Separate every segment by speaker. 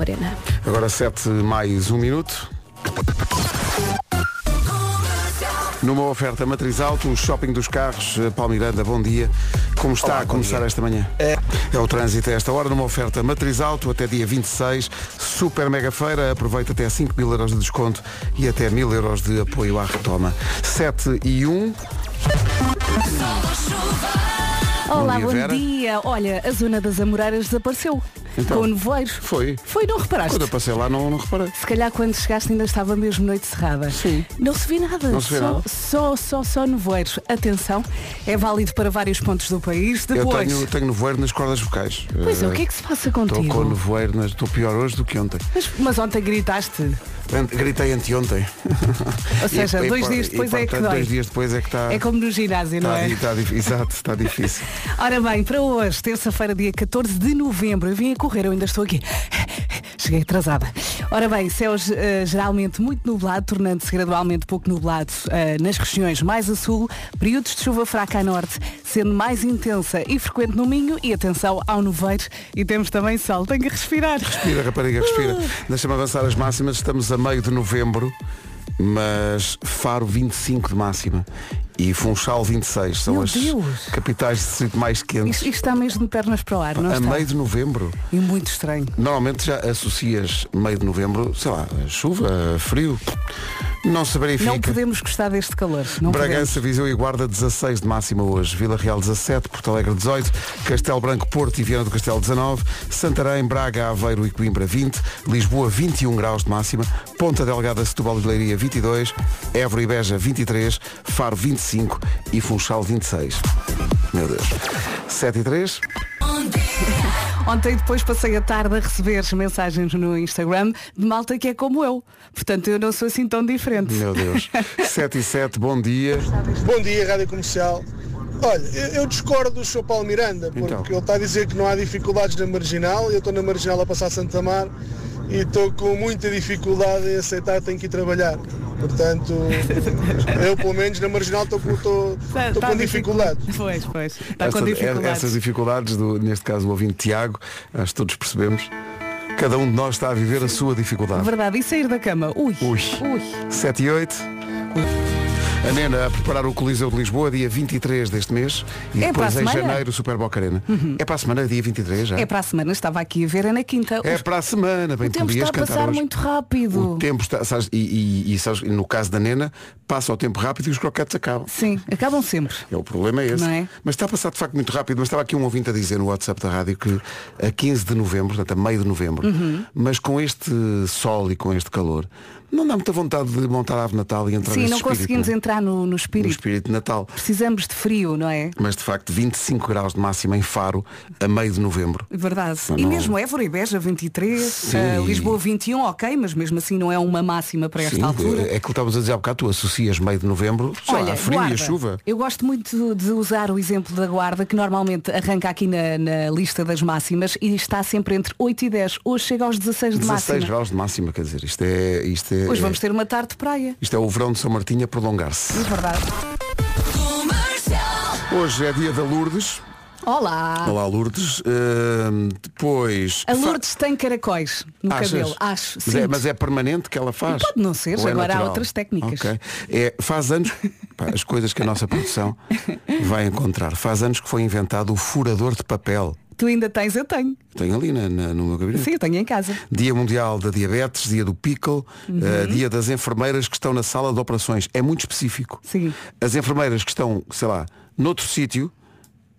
Speaker 1: Arena.
Speaker 2: Agora 7 mais um minuto. Numa oferta matriz alto, o shopping dos carros, Eh, Paulo Miranda, bom dia. Como está a começar esta manhã? É. o trânsito a esta hora, numa oferta matriz alto, até dia 26, super mega feira, aproveita até 5 mil euros de desconto e até mil euros de apoio à retoma. 7 e um, 1,
Speaker 1: Olá,
Speaker 2: dia,
Speaker 1: bom dia,
Speaker 2: Vera.
Speaker 1: Olha, a zona das Amoreiras desapareceu.
Speaker 2: Então?
Speaker 1: Com o nevoeiro.
Speaker 2: foi.
Speaker 1: Foi, não reparaste?
Speaker 2: Quando eu passei lá não, não reparei.
Speaker 1: Se calhar quando chegaste ainda estava mesmo noite cerrada.
Speaker 2: Sim.
Speaker 1: Não se vê nada.
Speaker 2: Não se vê
Speaker 1: só,
Speaker 2: nada.
Speaker 1: só, só, só nevoeiros. Atenção, é válido para vários pontos do país.
Speaker 2: Eu
Speaker 1: Depois.
Speaker 2: tenho, tenho nevoeiro nas cordas vocais.
Speaker 1: Pois é,
Speaker 2: Eh,
Speaker 1: o que é que se passa
Speaker 2: Estou
Speaker 1: contigo?
Speaker 2: com nevoeiro, nas- estou pior hoje do que ontem.
Speaker 1: Mas, mas ontem gritaste.
Speaker 2: Ante- Gritei anteontem.
Speaker 1: Ou seja,
Speaker 2: E- e
Speaker 1: dois
Speaker 2: por-
Speaker 1: dias
Speaker 2: e,
Speaker 1: depois é que
Speaker 2: portanto,
Speaker 1: dói.
Speaker 2: Dois dias Tá, depois é que está.
Speaker 1: É como no ginásio, não
Speaker 2: está
Speaker 1: é?
Speaker 2: di- está dif- exato, está difícil.
Speaker 1: Ora bem, para hoje, terça-feira, dia 14 de novembro, eu vim a correr, eu ainda estou aqui. Cheguei atrasada. Ora bem, céus eh, geralmente muito nublado, tornando-se gradualmente pouco nublado eh, nas regiões mais a sul, períodos de chuva fraca a norte, sendo mais intensa e frequente no Minho e atenção ao noveiro e temos também sol, tenho que respirar.
Speaker 2: Respira, rapariga, respira.
Speaker 1: Ah.
Speaker 2: Deixa-me avançar as máximas. Estamos a meio de novembro, mas Faro 25 de máxima e Funchal 26 são
Speaker 1: Meu
Speaker 2: as
Speaker 1: Deus.
Speaker 2: capitais de distrito mais quentes.
Speaker 1: Isto, isto está mesmo de pernas para o ar, não
Speaker 2: a
Speaker 1: está?
Speaker 2: meio de novembro.
Speaker 1: E muito estranho.
Speaker 2: Normalmente já associas meio de novembro, sei lá, a chuva, a frio. Não se verifica.
Speaker 1: Não podemos gostar deste calor. Não
Speaker 2: Bragança, Viseu e Guarda 16 de máxima hoje, Vila Real 17, Porto Alegre 18, Castelo Branco, Porto e Viana do Castelo 19, Santarém, Braga, Aveiro e Coimbra 20, Lisboa 21 graus de máxima, Ponta Delgada, Setúbal e Leiria 22, Évora e Beja 23, Faro 25 e Funchal 26. Meu Deus. 7 e 3.
Speaker 1: Ontem depois passei a tarde a receber mensagens no Instagram de malta que é como eu. Portanto, eu não sou assim tão diferente.
Speaker 2: Meu Deus. 7 e 7, bom dia.
Speaker 3: Bom dia, Rádio Comercial. Olha, eu- eu discordo do Sr. Paulo Miranda, porque
Speaker 2: Então.
Speaker 3: ele está a dizer que não há dificuldades na Marginal, eu estou na Marginal a passar Santa Mar e estou com muita dificuldade em aceitar que tenho que ir trabalhar. Portanto, eu pelo menos na Marginal estou com, estou-
Speaker 1: Tá-
Speaker 3: estou
Speaker 1: tá
Speaker 3: com
Speaker 1: dificu-
Speaker 3: dificuldade.
Speaker 1: Pois, pois. Está
Speaker 2: Essa-
Speaker 1: com
Speaker 2: é-
Speaker 1: dificuldades.
Speaker 2: Essas dificuldades, do, neste caso o ouvinte Tiago, acho que todos percebemos. Cada um de nós está a viver a sua dificuldade.
Speaker 1: Verdade, e sair da cama? Ui.
Speaker 2: Ui.
Speaker 1: Ui.
Speaker 2: 7 e 8. A Nena a preparar o Coliseu de Lisboa dia 23 deste mês e
Speaker 1: É
Speaker 2: depois
Speaker 1: para a
Speaker 2: em
Speaker 1: semana? Uhum.
Speaker 2: janeiro o Super Boca Arena. É para a semana, dia 23 já.
Speaker 1: É para a semana, estava aqui a ver, é na quinta.
Speaker 2: É
Speaker 1: Os-
Speaker 2: para a semana, bem
Speaker 1: o tempo
Speaker 2: podias
Speaker 1: está a
Speaker 2: cantar
Speaker 1: passar
Speaker 2: hoje.
Speaker 1: muito
Speaker 2: O
Speaker 1: rápido.
Speaker 2: tempo está, sabes, e, e- e sabes, no caso da Nena, passa o tempo rápido e os croquetes acabam.
Speaker 1: Sim, acabam sempre.
Speaker 2: É, o problema é esse.
Speaker 1: Não é?
Speaker 2: Mas está a passar de facto muito rápido. Mas estava aqui um ouvinte a dizer no WhatsApp da rádio que a 15 de novembro, portanto a meio de novembro,
Speaker 1: Uhum.
Speaker 2: mas com este sol e com este calor, não dá muita vontade de montar a ave de Natal e entrar
Speaker 1: Sim,
Speaker 2: nesse
Speaker 1: não
Speaker 2: espírito,
Speaker 1: conseguimos
Speaker 2: não é?
Speaker 1: entrar no, no
Speaker 2: no
Speaker 1: espírito.
Speaker 2: espírito de Natal.
Speaker 1: Precisamos de frio, não é?
Speaker 2: Mas de facto 25 graus de máxima em Faro a meio de novembro.
Speaker 1: Verdade.
Speaker 2: Não,
Speaker 1: E
Speaker 2: não.
Speaker 1: mesmo Évora e Beja 23,
Speaker 2: Sim.
Speaker 1: eh, Lisboa 21, ok, mas mesmo assim não é uma máxima para esta
Speaker 2: Sim,
Speaker 1: altura.
Speaker 2: é que estávamos a dizer há bocado, tu associas meio de novembro, sei lá, a frio e
Speaker 1: Guarda.
Speaker 2: a chuva.
Speaker 1: Eu gosto muito de usar o exemplo da Guarda, que normalmente arranca aqui na, na lista das máximas e está sempre entre 8 e 10. Hoje chega aos 16 de
Speaker 2: 16
Speaker 1: máxima.
Speaker 2: graus de máxima, quer dizer, isto é, isto é,
Speaker 1: Hoje vamos ter uma tarde de praia.
Speaker 2: isto é o verão de São Martinho a prolongar-se.
Speaker 1: É verdade.
Speaker 2: Hoje é dia da Lourdes.
Speaker 1: Olá!
Speaker 2: Olá Lourdes. Ahm, depois.
Speaker 1: A Lourdes tem caracóis no
Speaker 2: Achas?
Speaker 1: cabelo. Acho.
Speaker 2: Mas é,
Speaker 1: sinto.
Speaker 2: mas é permanente que ela faz?
Speaker 1: Pode não ser,
Speaker 2: Ou é
Speaker 1: agora há
Speaker 2: natural?
Speaker 1: outras técnicas.
Speaker 2: Ok. É, faz anos, pá, as coisas que a nossa produção vai encontrar. Faz anos que foi inventado o furador de papel.
Speaker 1: Tu ainda tens, eu tenho.
Speaker 2: Tenho ali na- na- no meu gabinete.
Speaker 1: Sim, eu tenho em casa.
Speaker 2: Dia Mundial da Diabetes, Dia do Pickle,
Speaker 1: Uhum.
Speaker 2: eh, Dia das Enfermeiras que estão na sala de operações. É muito específico.
Speaker 1: Sim.
Speaker 2: As enfermeiras que estão, sei lá, noutro sítio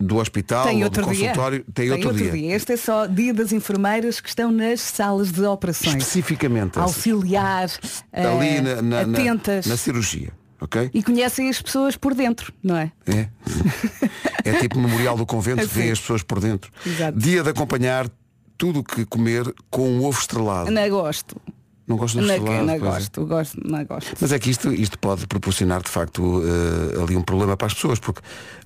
Speaker 2: do hospital
Speaker 1: Tem
Speaker 2: ou
Speaker 1: outro
Speaker 2: do
Speaker 1: dia.
Speaker 2: um consultório, tem, outro, dia.
Speaker 1: Este é só dia das enfermeiras que estão nas salas de operações.
Speaker 2: Especificamente. essas.
Speaker 1: Auxiliar, eh,
Speaker 2: é- ali na, na- na-
Speaker 1: atentas.
Speaker 2: na cirurgia, ok?
Speaker 1: E conhecem as pessoas por dentro, não é?
Speaker 2: É. é tipo memorial do convento,
Speaker 1: Assim.
Speaker 2: vê as pessoas por dentro.
Speaker 1: Exato.
Speaker 2: Dia de acompanhar tudo o que comer com um ovo estrelado.
Speaker 1: Não gosto.
Speaker 2: Não gosto de ovo
Speaker 1: Não,
Speaker 2: estrelado.
Speaker 1: não
Speaker 2: pois é.
Speaker 1: gosto, gosto, não gosto.
Speaker 2: Mas é que isto, isto pode proporcionar de facto eh, ali um problema para as pessoas, porque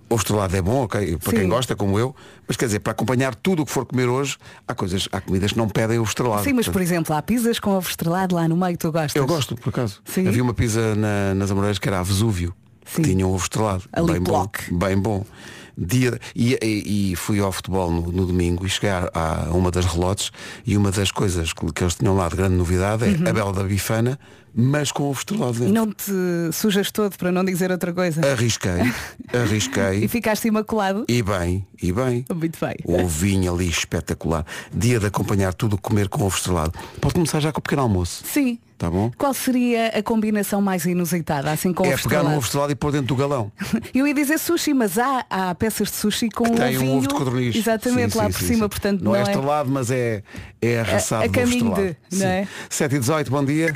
Speaker 2: ovo estrelado é bom, ok, para
Speaker 1: Sim.
Speaker 2: quem gosta, como eu, mas quer dizer, para acompanhar tudo o que for comer hoje, há coisas, há comidas que não pedem ovo estrelado.
Speaker 1: Sim, mas por
Speaker 2: Portanto,
Speaker 1: exemplo, há pizzas com ovo estrelado lá no meio, tu gostas?
Speaker 2: Eu gosto, por acaso.
Speaker 1: Sim.
Speaker 2: Havia uma pizza na- nas Amoreiras que era a Vesúvio,
Speaker 1: Sim.
Speaker 2: que tinha um ovo estrelado.
Speaker 1: Ali
Speaker 2: bem
Speaker 1: block.
Speaker 2: bom. Bem bom. dia. E, e- e fui ao futebol no, no domingo e cheguei à- à- a uma das relotes e uma das coisas que, que eles tinham lá de grande novidade é a bela da bifana, mas com o estrelado dentro.
Speaker 1: Uhum. Não te sujas todo para não dizer outra coisa.
Speaker 2: É. Arrisquei,
Speaker 1: E
Speaker 2: arrisquei.
Speaker 1: ficaste imaculado.
Speaker 2: E bem, e bem.
Speaker 1: Muito bem.
Speaker 2: O vinho ali espetacular. Dia de acompanhar tudo, comer com ovo estrelado. Pode começar já com o pequeno almoço.
Speaker 1: Sim.
Speaker 2: Tá bom?
Speaker 1: Qual seria a combinação mais inusitada, assim com
Speaker 2: é pegar
Speaker 1: ovo
Speaker 2: no
Speaker 1: estrelado?
Speaker 2: ovo estrelado e pôr dentro do galão.
Speaker 1: Eu ia dizer sushi, mas há, há peças de sushi com
Speaker 2: Que tem
Speaker 1: ovinho,
Speaker 2: um ovo de codorniz.
Speaker 1: Exatamente,
Speaker 2: Sim,
Speaker 1: lá
Speaker 2: sim,
Speaker 1: por
Speaker 2: sim,
Speaker 1: cima,
Speaker 2: sim.
Speaker 1: portanto
Speaker 2: não,
Speaker 1: não,
Speaker 2: é estrelado, mas é, é arrasado
Speaker 1: A- a
Speaker 2: do
Speaker 1: caminho
Speaker 2: estrelado.
Speaker 1: de, não é?
Speaker 2: 7 e 18, bom dia.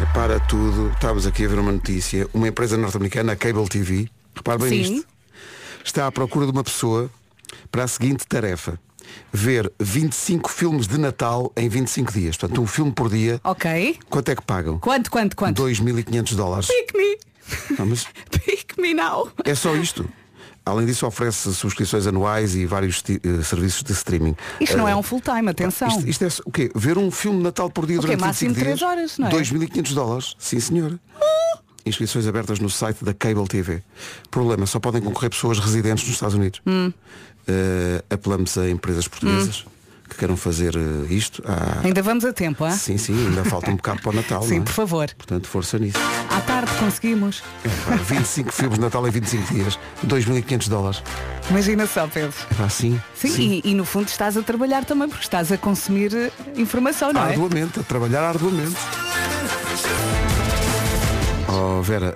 Speaker 2: É para tudo, estávamos aqui a ver uma notícia. Uma empresa norte-americana, a Cable TV, repare bem
Speaker 1: Sim.
Speaker 2: nisto, está à procura de uma pessoa para a seguinte tarefa. Ver 25 filmes de Natal em 25 dias. Portanto, um filme por dia.
Speaker 1: Ok.
Speaker 2: Quanto é que pagam?
Speaker 1: Quanto, quanto, quanto?
Speaker 2: 2.500 dólares.
Speaker 1: Pick me.
Speaker 2: Não, mas
Speaker 1: Pick me now.
Speaker 2: é só isto. Além disso, oferece subscrições anuais e vários ti- eh, serviços de streaming.
Speaker 1: Isto não
Speaker 2: Eh,
Speaker 1: é um full time, atenção.
Speaker 2: Isto, isto é o quê? Ver um filme de Natal por dia
Speaker 1: O quê?
Speaker 2: durante
Speaker 1: Máximo
Speaker 2: 25 dias?
Speaker 1: três horas, não é? Ah!
Speaker 2: 2.500 dólares. Sim, senhor. Inscrições abertas no site da Cable TV. Problema, só podem concorrer pessoas residentes nos Estados Unidos.
Speaker 1: Hum.
Speaker 2: Eh, apelamos a empresas portuguesas que queiram fazer eh, isto. Ah,
Speaker 1: Ainda vamos a tempo, hã?
Speaker 2: sim, sim, ainda falta um bocado para o Natal.
Speaker 1: É. Sim,
Speaker 2: não é?
Speaker 1: por favor.
Speaker 2: Portanto, força nisso.
Speaker 1: À tarde conseguimos.
Speaker 2: Epá, 25 filmes de Natal em 25 dias. 2.500 dólares.
Speaker 1: Imagina só, Pedro.
Speaker 2: Epá, Assim?
Speaker 1: Sim, E, e no fundo estás a trabalhar também, porque estás a consumir eh, informação, não é?
Speaker 2: Arduamente, a trabalhar arduamente. Oh Vera,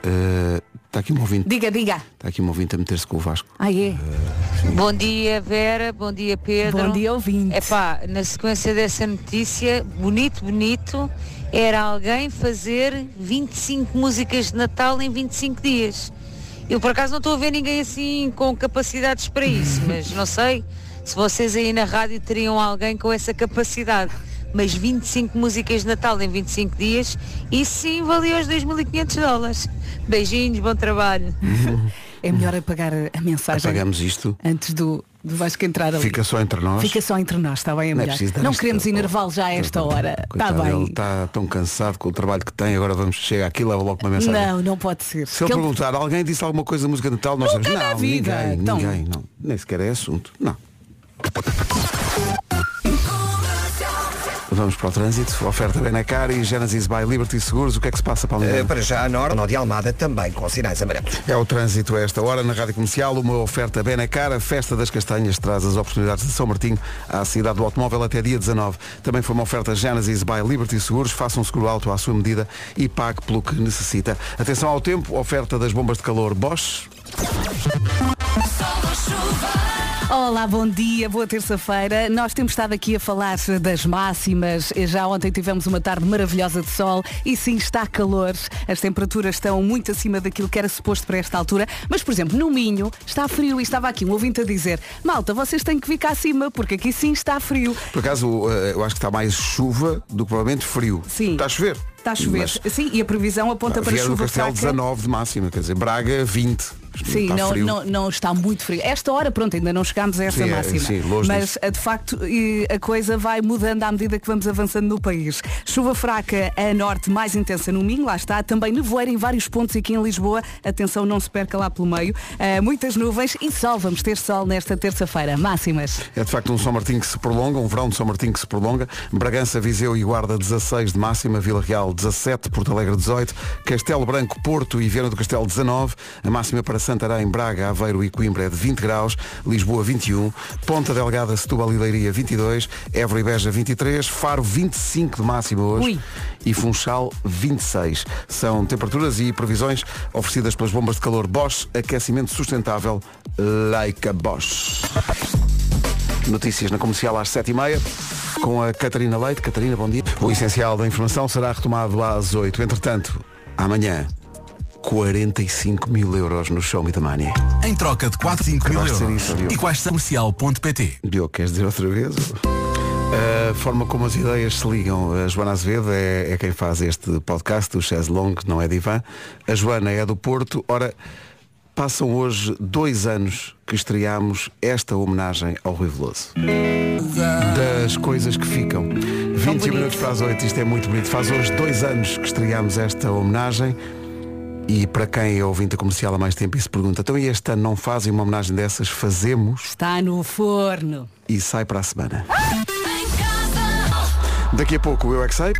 Speaker 2: está aqui um ouvinte,
Speaker 1: Diga, diga.
Speaker 2: está aqui um ouvinte a meter-se com o Vasco.
Speaker 1: Ah, é?
Speaker 4: Bom dia, Vera. Bom dia, Pedro.
Speaker 1: Bom dia, ouvinte.
Speaker 4: Epá, na sequência dessa notícia, bonito, bonito, era alguém fazer 25 músicas de Natal em 25 dias. Eu, por acaso, não estou a ver ninguém assim com capacidades para isso, mas não sei se vocês aí na rádio teriam alguém com essa capacidade. Mas 25 músicas de Natal em 25 dias, isso sim valia os 2.500 dólares. Beijinhos, bom trabalho.
Speaker 1: É melhor apagar a- a mensagem
Speaker 2: Apagamos isto,
Speaker 1: antes do, do Vasco entrar ali.
Speaker 2: fica só entre nós.
Speaker 1: Fica só entre nós, está bem? É
Speaker 2: Não é
Speaker 1: melhor.
Speaker 2: preciso dar
Speaker 1: não
Speaker 2: isto-
Speaker 1: queremos enervá-lo já a esta hora. Está
Speaker 2: Coitado, Ele tá
Speaker 1: bem.
Speaker 2: está tão cansado com o trabalho que tem, agora vamos chegar aqui, leva logo uma mensagem.
Speaker 1: Não, não pode ser.
Speaker 2: Se ele
Speaker 1: Que ele-
Speaker 2: perguntar, alguém disse alguma coisa da música de Natal, nós
Speaker 1: Nunca
Speaker 2: sabemos.
Speaker 1: na
Speaker 2: Não,
Speaker 1: vida,
Speaker 2: ninguém,
Speaker 1: então.
Speaker 2: ninguém, não. Nem sequer é assunto. Não. Vamos para o trânsito, oferta Benacar e Genesis by Liberty Seguros. O que é que se passa para
Speaker 5: Eh,
Speaker 2: o
Speaker 5: Para já, a norte, nó de Almada, também com sinais amarelos.
Speaker 2: É o trânsito a esta hora na Rádio Comercial, uma oferta bem na cara. A Festa das Castanhas traz as oportunidades de São Martinho à cidade do automóvel até dia 19. Também foi uma oferta Genesis by Liberty Seguros. Faça um seguro alto à sua medida e pague pelo que necessita. Atenção ao tempo, oferta das bombas de calor Bosch.
Speaker 1: Olá, bom dia, boa terça-feira. Nós temos estado aqui a falar das máximas. Já ontem tivemos uma tarde maravilhosa de sol e sim, está calor. As temperaturas estão muito acima daquilo que era suposto para esta altura. Mas, por exemplo, no Minho está frio e estava aqui um ouvinte a dizer Malta, vocês têm que vir cá acima porque aqui sim está frio.
Speaker 2: Por acaso, eh, eu acho que está mais chuva do que provavelmente frio.
Speaker 1: Sim.
Speaker 2: Está a chover.
Speaker 1: Está a chover.
Speaker 2: Mas,
Speaker 1: Sim, e a previsão aponta para
Speaker 2: Vieira do
Speaker 1: chuva
Speaker 2: Castelo,
Speaker 1: fraca.
Speaker 2: 19 de máxima. Quer dizer, Braga, 20.
Speaker 1: Sim,
Speaker 2: está
Speaker 1: não,
Speaker 2: frio.
Speaker 1: não, não está muito frio. Esta hora, pronto, ainda não chegámos a essa
Speaker 2: Sim, é,
Speaker 1: máxima.
Speaker 2: sim, longe
Speaker 1: mas eh, de facto e a coisa vai mudando à medida que vamos avançando no país. Chuva fraca a norte, mais intensa no Minho, lá está. Também nevoeiro em vários pontos aqui em Lisboa. Atenção, não se perca lá pelo meio. Ah, muitas nuvens e sol. Vamos ter sol nesta terça-feira. Máximas.
Speaker 2: É de facto um São Martinho que se prolonga, um verão de São Martinho que se prolonga. Bragança, Viseu e Guarda 16 de máxima, Vila Real 17, Porto Alegre 18, Castelo Branco, Porto e Viana do Castelo 19, a máxima para Santarém, Braga, Aveiro e Coimbra é de 20 graus, Lisboa 21, Ponta Delgada, Setúbal e Leiria 22, Évora e Beja 23, Faro 25 de máxima hoje
Speaker 1: Ui.
Speaker 2: e Funchal 26. São temperaturas e previsões oferecidas pelas bombas de calor Bosch, aquecimento sustentável Leica Bosch. Notícias na comercial às 7h30 com a Catarina Leite. Catarina, bom dia. O essencial da informação será retomado às 8 Entretanto, amanhã, 45 mil euros no Show Me the Money.
Speaker 6: Em troca de 4, 5 mil
Speaker 2: Acabaste de
Speaker 6: euros.
Speaker 2: dizer isso, Diogo.
Speaker 6: E quais são comercial.pt?
Speaker 2: Diogo, queres dizer outra vez? A forma como as ideias se ligam. A Joana Azevedo é, é quem faz este podcast, o Chaz Long, não é divã. A Joana é do Porto. Ora, passam hoje dois anos que estreámos esta homenagem ao Rui Veloso. Das coisas que ficam. um 20
Speaker 1: bonito.
Speaker 2: minutos para as 8, isto é muito bonito. Faz hoje dois anos que estreámos esta homenagem. E para quem é ouvinte da comercial há mais tempo e se pergunta, então e este ano não fazem uma homenagem dessas? Fazemos
Speaker 1: Está no forno.
Speaker 2: e sai para a semana. Daqui a pouco o Eu é que sei.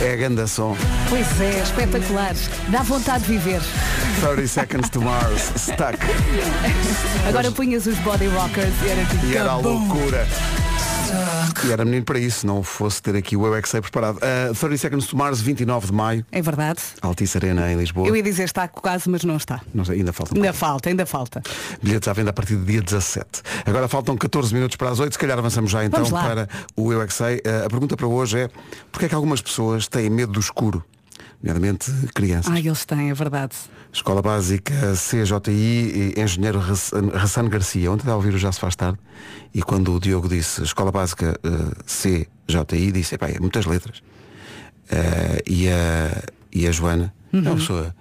Speaker 2: É a ganda som.
Speaker 1: Pois é, espetacular. Dá vontade de viver.
Speaker 2: 30 Seconds to Mars, Stuck.
Speaker 1: Agora punhas os body rockers e era tipo.
Speaker 2: E é. era a
Speaker 1: "Kabum!"
Speaker 2: loucura. E era menino para isso, não fosse ter aqui o Eu é que sei preparado. Ah, 30 Seconds to Mars, 29 de maio,
Speaker 1: É verdade.
Speaker 2: Altice Arena em Lisboa.
Speaker 1: Eu ia dizer está quase, mas não está.
Speaker 2: Não sei, ainda falta um
Speaker 1: Ainda falta, ainda falta.
Speaker 2: Bilhetes à venda a partir do dia 17. Agora faltam 14 minutos para as 8, se calhar avançamos já então
Speaker 1: Vamos lá.
Speaker 2: para o Eu é que Sei. Eh, A pergunta para hoje é porque é que algumas pessoas têm medo do escuro? Nomeadamente crianças.
Speaker 1: Ai, eles têm, é verdade.
Speaker 2: Escola Básica CJI e Engenheiro Hassan Hassan Garcia. Ontem estava a ouvir o Já Se Faz Tarde e quando o Diogo disse Escola Básica eh, CJI, disse, epá, é muitas letras. Eh, e, a, e a Joana é
Speaker 1: Uhum.
Speaker 2: uma pessoa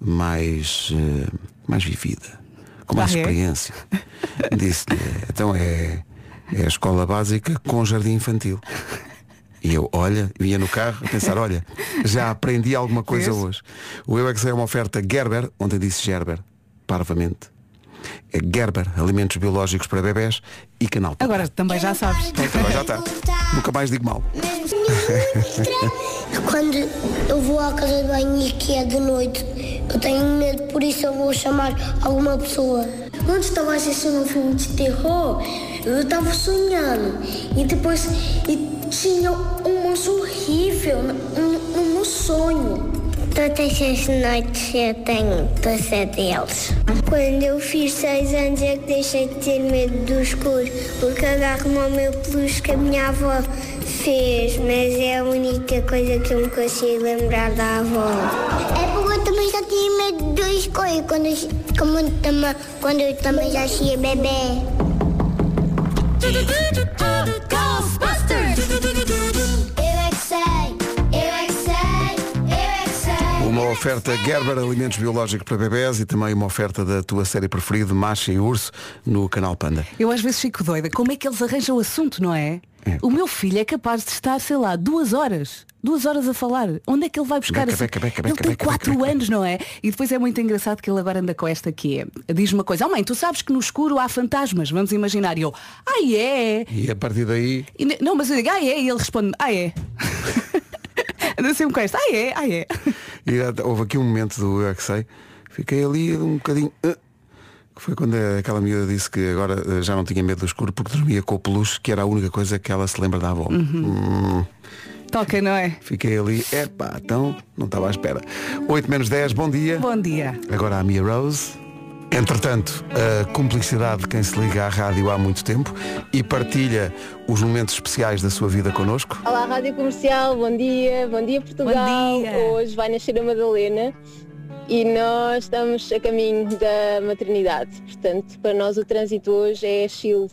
Speaker 2: mais, eh, mais vivida, com mais
Speaker 1: Ah, é?
Speaker 2: experiência. Disse-lhe, então é, é a Escola Básica com Jardim Infantil. E eu, olha, ia no carro a pensar, olha, já aprendi alguma coisa
Speaker 1: Vês?
Speaker 2: hoje. O Eu é que sei é uma oferta Gerber, ontem disse Gerber, parvamente. É Gerber, alimentos biológicos para bebés e canal. Público.
Speaker 1: Agora também já sabes.
Speaker 2: Agora já está. Nunca mais digo mal.
Speaker 7: Quando eu vou à casa de banho e que é de noite, eu tenho medo, por isso eu vou chamar alguma pessoa. Quando estava assistindo um filme de terror, eu estava sonhando. E depois e tinha um monstro horrível no, no, no sonho. Todas as noites eu tenho pesadelos. Quando eu fiz seis anos é que deixei de ter medo do escuro, porque agarro-me ao meu peluche que a minha avó fez, mas é a única coisa que eu me consigo lembrar da avó. É porque eu também já tinha medo do escuro quando, eu- como eu tama- quando eu também já tinha bebê. Eu é que sei, eu é que sei, eu é que sei.
Speaker 2: Uma oferta Gerber Alimentos Biológicos para Bebés e também uma oferta da tua série preferida, Macha e Urso, no canal Panda.
Speaker 1: Eu às vezes fico doida. Como é que eles arranjam o assunto, não é? O meu filho é capaz de estar, sei lá, duas horas. Duas horas a falar. Onde é que ele vai buscar
Speaker 2: Beca,
Speaker 1: assim?
Speaker 2: beca, beca,
Speaker 1: Ele
Speaker 2: beca,
Speaker 1: tem
Speaker 2: beca,
Speaker 1: quatro
Speaker 2: beca, beca.
Speaker 1: anos, não é? E depois é muito engraçado que ele agora anda com esta que é. Diz uma coisa, oh mãe, tu sabes que no escuro há fantasmas, vamos imaginar. E eu, ai é.
Speaker 2: E a partir daí,
Speaker 1: E ne- não, mas eu digo, ai é, e ele responde, ai é. Anda sempre com esta, ai é, ai é.
Speaker 2: e há- houve aqui um momento do Eu é que sei, fiquei ali um bocadinho. "Ah", que foi quando aquela miúda disse que agora eh, já não tinha medo do escuro porque dormia com o peluche, que era a única coisa que ela se lembra da avó.
Speaker 1: Uhum.
Speaker 2: Hum.
Speaker 1: Toca, não é?
Speaker 2: Fiquei ali, epá, então não estava à espera. 8 menos 10, bom dia.
Speaker 1: Bom dia.
Speaker 2: Agora a Mia Rose. Entretanto, a cumplicidade de quem se liga à rádio há muito tempo e partilha os momentos especiais da sua vida connosco.
Speaker 8: Olá, Rádio Comercial, bom dia, bom dia Portugal.
Speaker 1: Bom dia.
Speaker 8: Hoje vai nascer a Madalena e nós estamos a caminho da maternidade. Portanto, para nós o trânsito hoje é chill.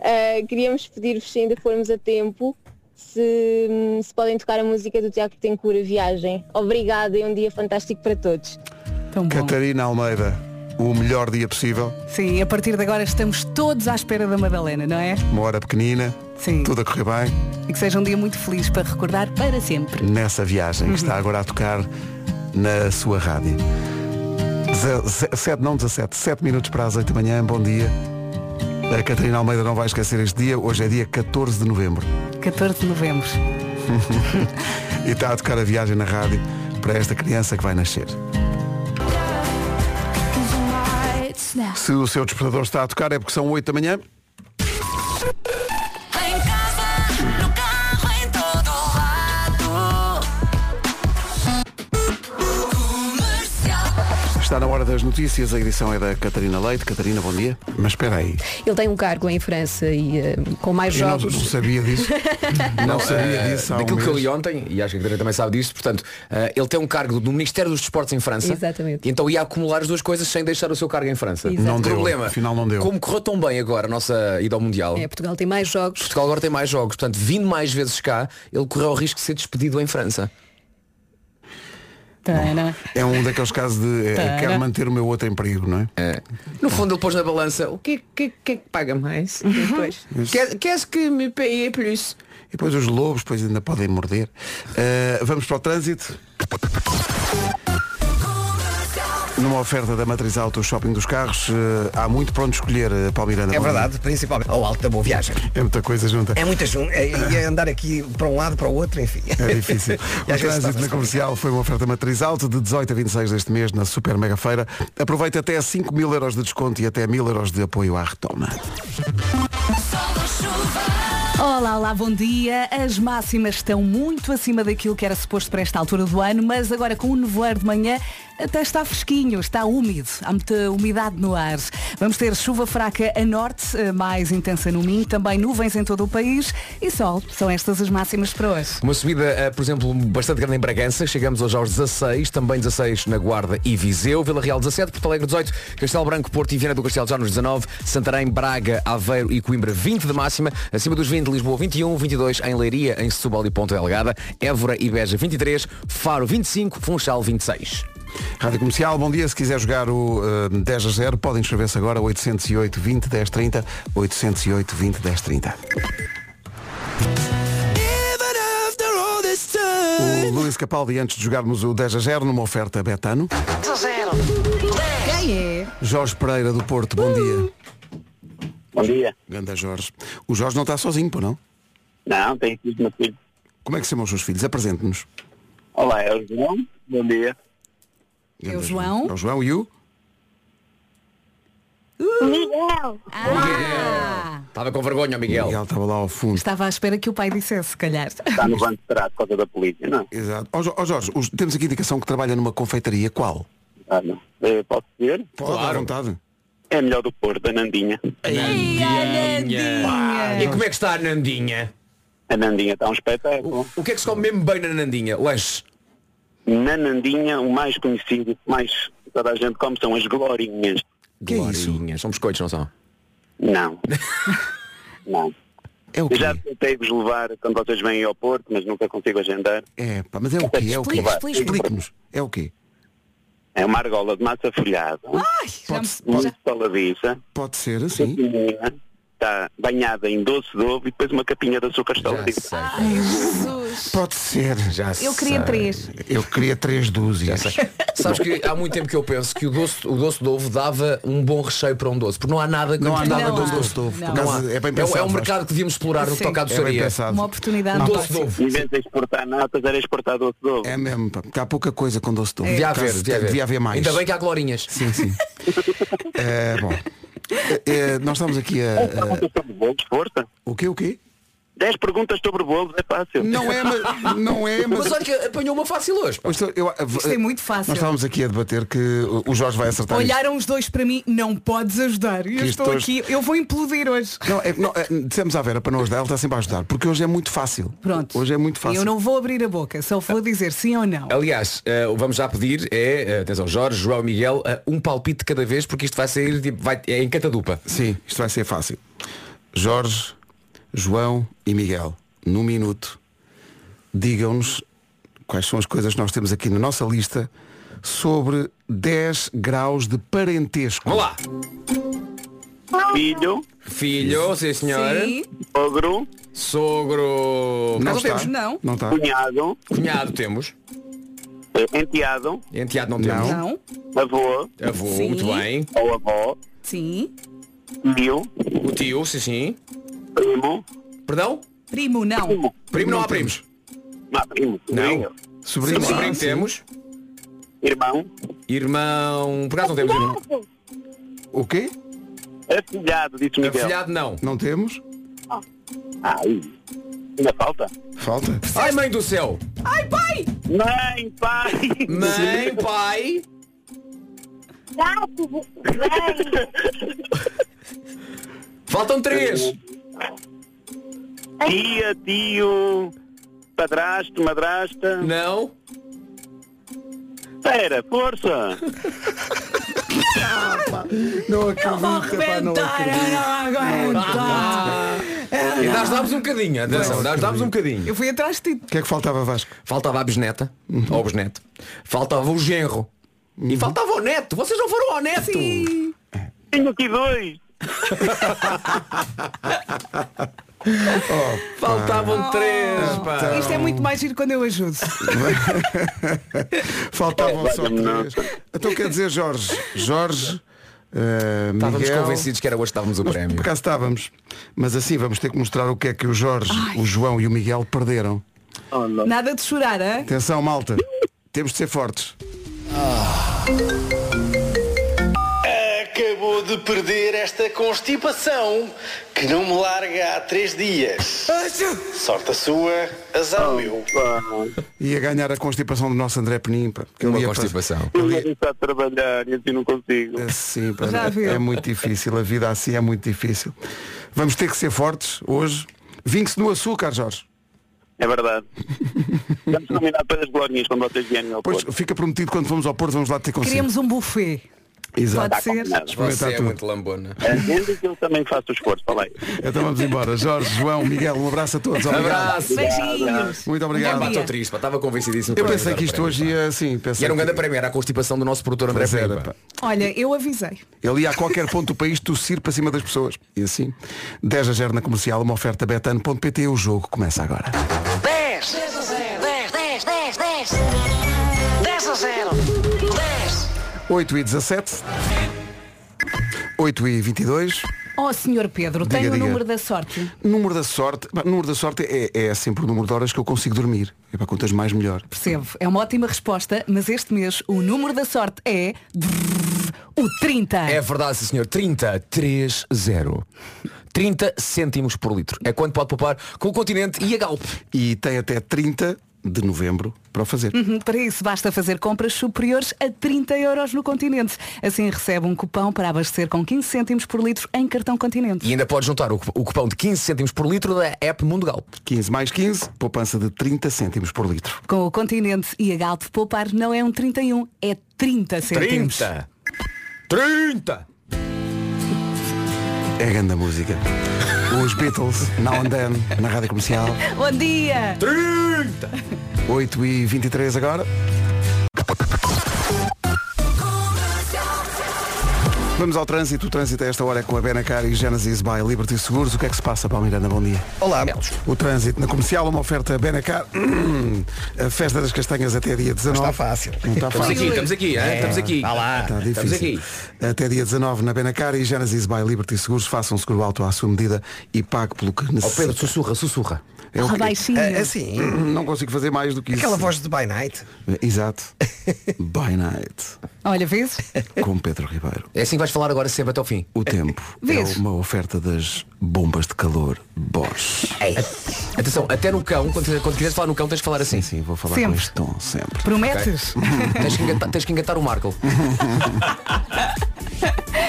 Speaker 8: Ah, queríamos pedir-vos, se ainda formos a tempo, se, hum, se podem tocar a música do Tiago Tencour, A Viagem. Obrigada e um dia fantástico para todos.
Speaker 1: Tão bom.
Speaker 2: Catarina Almeida, o melhor dia possível,
Speaker 1: Sim, a partir de agora estamos todos à espera da Madalena, não é?
Speaker 2: uma hora pequenina,
Speaker 1: Sim.
Speaker 2: tudo a correr bem,
Speaker 1: E que seja um dia muito feliz para recordar para sempre.
Speaker 2: nessa viagem que está agora a tocar na sua rádio. 7, não 17, 7 minutos para as 8 da manhã, bom dia. A Catarina Almeida não vai esquecer este dia, hoje é dia 14 de novembro.
Speaker 1: 14 de novembro.
Speaker 2: e está a tocar a viagem na rádio para esta criança que vai nascer. Se o seu despertador está a tocar é porque são 8 da manhã.
Speaker 9: Em casa, no carro, em todo lado. Comercial.
Speaker 2: Está na hora das notícias, a edição é da Catarina Leite. Catarina, bom dia. Mas espera aí,
Speaker 10: Ele tem um cargo em França e eh, com mais
Speaker 2: eu não,
Speaker 10: jogos.
Speaker 2: não sabia disso. não sabia
Speaker 11: Eh,
Speaker 2: disso há um
Speaker 11: daquilo que eu
Speaker 2: mês.
Speaker 11: li ontem, e acho que a Catarina também sabe disso, portanto, eh, ele tem um cargo do Ministério dos Desportos em França.
Speaker 10: Exatamente.
Speaker 11: E então ia acumular as duas coisas sem deixar o seu cargo em França.
Speaker 10: Exato. Não
Speaker 11: o
Speaker 2: deu,
Speaker 11: problema,
Speaker 2: afinal não deu.
Speaker 11: Como correu tão bem agora a nossa ida ao Mundial,
Speaker 10: É, Portugal tem mais jogos.
Speaker 11: Portugal agora tem mais jogos, portanto, vindo mais vezes cá, ele correu o risco de ser despedido em França.
Speaker 1: Também, não é?
Speaker 2: É um daqueles casos de eh,
Speaker 11: Tá.
Speaker 1: Tara.
Speaker 2: quero manter o meu outro emprego, não é?
Speaker 12: No fundo ele pôs na balança o que, que, que é que paga mais depois.
Speaker 10: Uhum.
Speaker 12: Quer, queres que me pague por isso?
Speaker 2: E depois os lobos, depois ainda podem morder. Eh, vamos para o trânsito. Numa oferta da Matriz Auto, o shopping dos carros, eh, há muito para onde escolher, eh, Paulo Miranda.
Speaker 5: É verdade, principalmente ao alto da boa viagem.
Speaker 2: É muita coisa junta.
Speaker 5: É muita junta. É, é andar aqui para um lado, para o outro, enfim.
Speaker 2: É difícil.
Speaker 5: E
Speaker 2: O
Speaker 5: às vezes
Speaker 2: trânsito na
Speaker 5: torna-se
Speaker 2: comercial foi uma oferta matriz alta de 18 a 26 deste mês na Super Mega Feira. Aproveita até 5 mil euros de desconto e até mil euros de apoio à retoma.
Speaker 1: Olá, olá, bom dia. As máximas estão muito acima daquilo que era suposto para esta altura do ano, mas agora com o nevoeiro de manhã até está fresquinho, está úmido, há muita umidade no ar. Vamos ter chuva fraca a norte, eh, mais intensa no Minho, também nuvens em todo o país e sol. São estas as máximas para hoje.
Speaker 11: Uma subida, eh, por exemplo, bastante grande em Bragança. Chegamos hoje aos 16, também 16 na Guarda e Viseu. Vila Real 17, Porto Alegre 18, Castelo Branco, Porto e Viana do Castelo já nos 19, Santarém, Braga, Aveiro e Coimbra 20 de máxima, acima dos 20 Lisboa 21, 22 em Leiria, em Setúbal e Ponta Delgada, Évora e Beja 23, Faro 25, Funchal 26.
Speaker 2: Rádio Comercial, bom dia. Se quiser jogar o eh, 10 a 0, podem inscrever-se agora 808 20 10 30, 808 20 10 30. O Luís Capaldi, antes de jogarmos o 10 a 0, numa oferta Betano.
Speaker 9: Quem é?
Speaker 2: Jorge Pereira do Porto,
Speaker 1: Uh!
Speaker 2: bom dia.
Speaker 13: Bom dia.
Speaker 2: Ganda Jorge. O Jorge não está sozinho, pô, não?
Speaker 13: Não, tem aqui os meus filhos.
Speaker 2: Como é que se chamam os seus filhos? Apresente-nos.
Speaker 13: Olá, é o João. Bom dia.
Speaker 1: É o João.
Speaker 2: É o João e o?
Speaker 1: Miguel.
Speaker 11: Estava com vergonha, Miguel.
Speaker 2: Miguel estava lá ao fundo.
Speaker 1: Estava à espera que o pai dissesse, se calhar.
Speaker 13: Está no banco de trás por causa da polícia, não? é?
Speaker 2: Exato. Ó Jo- ó Jorge, os- temos aqui indicação que trabalha numa confeitaria. Qual?
Speaker 13: Ah, não. Eh, posso dizer?
Speaker 2: Pode, à vontade.
Speaker 13: É melhor do Porto, a Nandinha.
Speaker 11: Pá, E como é que está a Nandinha?
Speaker 13: A Nandinha está um espetáculo.
Speaker 11: O que é que se come mesmo bem na Nandinha? Lanche.
Speaker 13: Na Nandinha, o mais conhecido, o que mais toda a gente come são as glorinhas.
Speaker 11: Que Glorinhas. São biscoitos, não são?
Speaker 13: Não. não.
Speaker 2: É
Speaker 13: Eu já tentei vos levar quando vocês vêm ao Porto, mas nunca consigo agendar.
Speaker 2: É, pá, mas é o quê? É o quê?
Speaker 13: Explica,
Speaker 2: Explica-nos.
Speaker 13: explica.
Speaker 2: É o quê?
Speaker 13: É uma argola de massa folhada.
Speaker 2: Ah, Pode,
Speaker 13: Muito saladiça.
Speaker 2: pode ser, assim.
Speaker 13: Está banhada em doce de ovo e depois uma capinha de açúcar
Speaker 11: Ah,
Speaker 13: estaladiça.
Speaker 2: Pode ser. Já
Speaker 1: Eu queria sei. três.
Speaker 2: Eu queria três dúzias.
Speaker 11: Sabes que há muito tempo que eu penso que o doce, o doce de ovo dava um bom recheio para um doce, porque não há nada que
Speaker 2: Não há
Speaker 11: que
Speaker 2: nada
Speaker 11: dava
Speaker 2: como
Speaker 11: um
Speaker 2: doce de ovo, por
Speaker 11: Não
Speaker 2: acaso
Speaker 11: há.
Speaker 2: é bem
Speaker 11: um-
Speaker 2: pensado,
Speaker 11: é um
Speaker 2: Vasco.
Speaker 11: mercado que devíamos explorar no que
Speaker 1: Sim.
Speaker 11: toca à
Speaker 1: É bem
Speaker 11: doçaria.
Speaker 2: pensado.
Speaker 1: Uma oportunidade.
Speaker 11: Um doce de ovo.
Speaker 13: Em vez de exportar natas, era exportar doce de ovo.
Speaker 2: É mesmo, pá, porque há pouca coisa com doce de ovo.
Speaker 11: Devia
Speaker 2: Por acaso,
Speaker 11: haver, devia haver.
Speaker 2: mais.
Speaker 11: Ainda bem que há glorinhas.
Speaker 2: Sim, sim. É, bom. É, nós estamos aqui a.
Speaker 13: força.
Speaker 2: O quê, o quê?
Speaker 13: 10 perguntas sobre bolos é fácil.
Speaker 2: Não é, mas- não é, mas- Mas olha
Speaker 11: que apanhou uma fácil hoje.
Speaker 2: Pois, eu- eu-
Speaker 1: Isto é muito fácil.
Speaker 2: Nós estávamos aqui a debater que o- o Jorge vai acertar. isto.
Speaker 1: Olharam os dois para mim, não podes ajudar. Eu
Speaker 2: Que
Speaker 1: estou
Speaker 2: isto
Speaker 1: aqui,
Speaker 2: hoje-
Speaker 1: eu vou implodir hoje.
Speaker 2: Não, é, não, é, dissemos à Vera para não ajudar, ela está sempre a ajudar, porque hoje é muito fácil.
Speaker 1: Pronto.
Speaker 2: Hoje é muito fácil.
Speaker 1: Eu não vou abrir a boca, só vou dizer sim ou não.
Speaker 11: Aliás, eh, o vamos já pedir é, eh, atenção, Jorge, João e Miguel, eh, um palpite de cada vez, porque isto vai sair tipo, vai, é em catadupa.
Speaker 2: Sim, isto vai ser fácil. Jorge, João e Miguel, num minuto, digam-nos quais são as coisas que nós temos aqui na nossa lista sobre 10 graus de parentesco.
Speaker 11: Vamos lá!
Speaker 2: é.
Speaker 13: Filho.
Speaker 11: Filho, sim senhor.
Speaker 13: Sim. Sogro.
Speaker 11: Sogro.
Speaker 13: Não
Speaker 11: Mas
Speaker 13: está.
Speaker 11: temos.
Speaker 13: Não. Não está. Cunhado. eh,
Speaker 11: Cunhado temos.
Speaker 13: Enteado.
Speaker 11: Enteado não temos.
Speaker 1: Não.
Speaker 13: Avô.
Speaker 11: Avô,
Speaker 13: Sim.
Speaker 11: muito bem.
Speaker 13: Ou avó.
Speaker 1: Sim.
Speaker 13: Tio.
Speaker 11: O tio, sim sim.
Speaker 13: Primo.
Speaker 11: Perdão?
Speaker 1: Primo, não.
Speaker 11: Primo não há primos.
Speaker 13: Não há primos.
Speaker 11: Não.
Speaker 2: Sobrinho.
Speaker 11: Sim, sobrinho
Speaker 2: Sim.
Speaker 11: temos.
Speaker 13: Irmão.
Speaker 11: Irmão. Por acaso não temos irmão.
Speaker 2: O quê?
Speaker 13: Afilhado, disse Miguel.
Speaker 11: Afilhado não.
Speaker 2: Não temos?
Speaker 13: Ai. Ainda falta?
Speaker 2: Falta.
Speaker 11: Ai mãe do céu!
Speaker 9: Ai, pai!
Speaker 13: Mãe, pai!
Speaker 11: Mãe, pai!
Speaker 9: Gato,
Speaker 11: Faltam três!
Speaker 13: Tia, tio. Padrasto, madrasta.
Speaker 11: Não.
Speaker 13: Espera, força.
Speaker 2: Não acredito, pá, não acredito.
Speaker 1: Aguenta!
Speaker 11: Ah, E dá dá-vos um bocadinho, atenção, dá dá-vos um bocadinho.
Speaker 1: Eu fui atrás de ti.
Speaker 2: O que é que faltava Vasco?
Speaker 11: Faltava a bisneta, ou bisneto. Faltava o genro. E faltava o neto. Vocês não foram ao neto.
Speaker 13: Tenho aqui dois.
Speaker 11: Faltavam três, pá.
Speaker 1: Isto é muito mais giro quando eu ajudo.
Speaker 11: É,
Speaker 2: Faltavam um só três. Então quer dizer Jorge. Jorge. eh,
Speaker 11: Estávamos
Speaker 2: Miguel.
Speaker 11: convencidos que era hoje que estávamos o
Speaker 2: Nós,
Speaker 11: prémio.
Speaker 2: Por acaso estávamos. Mas assim vamos ter que mostrar o que é que o Jorge, o João e o Miguel perderam.
Speaker 1: Nada de chorar, hã?
Speaker 2: Atenção, malta. Temos de ser fortes.
Speaker 14: Acabou de perder esta constipação que não me larga há três dias. Sorte a sua, azar o meu.
Speaker 2: E a ganhar a constipação do nosso André Penim. pá, que ele
Speaker 11: Uma
Speaker 2: ia passar-
Speaker 11: constipação.
Speaker 13: Eu ia começar a trabalhar e assim não consigo.
Speaker 2: É, Sim, pá,
Speaker 1: Já viu.
Speaker 2: é muito difícil. A vida assim é muito difícil. Vamos ter que ser fortes hoje. Vingue-se no açúcar, Jorge.
Speaker 13: É verdade. Vamos combinar para as glórias quando vocês vierem ao
Speaker 2: Pois
Speaker 13: Porto.
Speaker 2: fica prometido quando formos ao Porto, vamos lá ter consigo.
Speaker 1: Queremos um buffet. Pode ser.
Speaker 11: Você
Speaker 2: Experimentar
Speaker 11: é
Speaker 2: tudo.
Speaker 11: muito lambona.
Speaker 13: Entende Tá que eu também faço o esforço, tá falei.
Speaker 2: Então vamos embora. Jorge, João, Miguel, um abraço a todos. Obrigado.
Speaker 11: Abraço.
Speaker 1: Beijinhos.
Speaker 2: Muito
Speaker 11: É,
Speaker 2: obrigado.
Speaker 11: pá, estou triste, pá. Estava convencidíssimo.
Speaker 2: Eu
Speaker 11: para
Speaker 2: pensei
Speaker 11: ganhar
Speaker 2: que
Speaker 11: o
Speaker 2: isto
Speaker 11: prémio,
Speaker 2: hoje
Speaker 11: pá.
Speaker 2: ia assim.
Speaker 11: E
Speaker 2: Pensei
Speaker 11: era um
Speaker 2: que-
Speaker 11: grande prémio, era a constipação do nosso produtor André
Speaker 2: Pois era,
Speaker 11: Pereira.
Speaker 2: pá.
Speaker 1: Olha, eu avisei.
Speaker 2: Ele ia a qualquer ponto do país tossir para cima das pessoas. E assim, 10 a 0 na comercial, uma oferta betano.pt, o jogo começa agora.
Speaker 9: 10, 10, 10, 10, 10, 10 a 0, 10.
Speaker 2: 8 e 17. 8 e 22.
Speaker 1: Oh, senhor Pedro,
Speaker 2: Diga,
Speaker 1: tenho o
Speaker 2: diga.
Speaker 1: número da sorte.
Speaker 2: Número da sorte. Bom, Número da sorte é, é sempre o número de horas que eu consigo dormir. É para quantas mais melhor.
Speaker 1: Percebo, é uma ótima resposta, mas este mês o número da sorte é o 30.
Speaker 11: É verdade, sim, senhor. 30, 3, 0. 30 cêntimos por litro. É quanto pode poupar com o continente e a Galp.
Speaker 2: E tem até 30 de novembro para o fazer.
Speaker 1: Uhum, Para isso, basta fazer compras superiores a 30 euros no continente. Assim recebe um cupão para abastecer com 15 cêntimos por litro em cartão continente.
Speaker 11: E ainda pode juntar o, o cupão de 15 cêntimos por litro da app Mundo Galp.
Speaker 2: 15 mais 15, poupança de 30 cêntimos por litro.
Speaker 1: Com o continente e a Galp poupar não é um 31, é 30 cêntimos.
Speaker 11: 30! 30!
Speaker 2: É grande a música. Os Beatles, Now and Then, na rádio comercial.
Speaker 1: Bom dia!
Speaker 11: 30!
Speaker 2: 8 e 23 agora. Vamos ao trânsito. O trânsito a esta hora é com a Benacar e Genesis by Liberty Seguros. O que é que se passa, Paulo Miranda? Bom dia.
Speaker 5: Olá, Melos.
Speaker 2: O trânsito na comercial, uma oferta Benacar. A festa das castanhas até dia 19.
Speaker 5: Está fácil.
Speaker 2: Não está
Speaker 11: Estamos
Speaker 2: fácil.
Speaker 11: aqui, estamos aqui, hein? estamos aqui.
Speaker 5: Vá lá.
Speaker 2: Está
Speaker 11: Ah, Estamos
Speaker 2: Tá difícil. Até dia 19 na Benacar e Genesis by Liberty Seguros. Faça um seguro alto à sua medida e pague pelo que
Speaker 11: Ó
Speaker 2: necessita.
Speaker 11: Pedro, sussurra, sussurra.
Speaker 2: É o
Speaker 1: Ah,
Speaker 2: que-
Speaker 1: baixinho.
Speaker 5: Ah, assim,
Speaker 2: Não consigo fazer mais do que isso. É,
Speaker 5: aquela voz de By Night.
Speaker 2: Exato. by night.
Speaker 1: Olha, vês?
Speaker 2: Com Pedro Ribeiro.
Speaker 11: É assim que vais falar agora sempre até ao fim.
Speaker 2: O tempo
Speaker 1: Vês?
Speaker 2: é uma oferta das bombas de calor Bosch.
Speaker 11: Atenção, até no cão, quando, quando quiseres falar no cão, tens de falar assim.
Speaker 2: Sim, vou falar
Speaker 1: Sempre.
Speaker 2: com este tom sempre.
Speaker 1: Prometes?
Speaker 11: Tens que engatar, tens que engatar o Marco.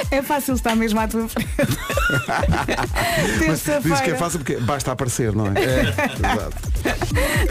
Speaker 1: É fácil estar mesmo à tua frente.
Speaker 2: Mas diz que é
Speaker 1: Terça-feira.
Speaker 2: fácil porque basta aparecer, não é? Exato.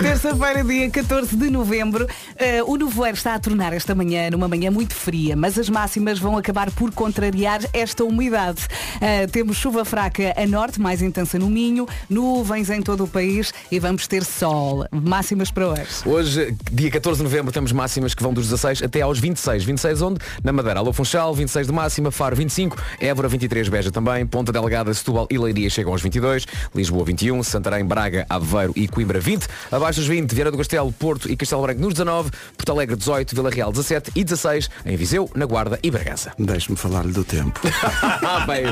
Speaker 1: Terça-feira, dia 14 de novembro, eh, o nevoeiro está a tornar esta manhã numa manhã muito fria, mas as máximas vão acabar por contrariar esta umidade. Eh, temos chuva fraca a norte, mais intensa no Minho, nuvens em todo o país e vamos ter sol. Máximas para hoje.
Speaker 11: Hoje, dia 14 de novembro, temos máximas que vão dos 16 até aos 26. 26 onde? Na Madeira. Alô Funchal, 26 de máxima. Faro, 25. Évora, 23. Beja também. Ponta Delgada, Setúbal e Leiria chegam aos 22. Lisboa, 21. Santarém, Braga, Aveiro e Coimbra, 20. Abaixo dos 20, Vieira do Castelo, Porto e Castelo Branco nos 19. Porto Alegre, 18. Vila Real, 17 e 16. Em Viseu, na Guarda e Bragança.
Speaker 2: Deixe-me falar-lhe do tempo.
Speaker 11: Ah, bem.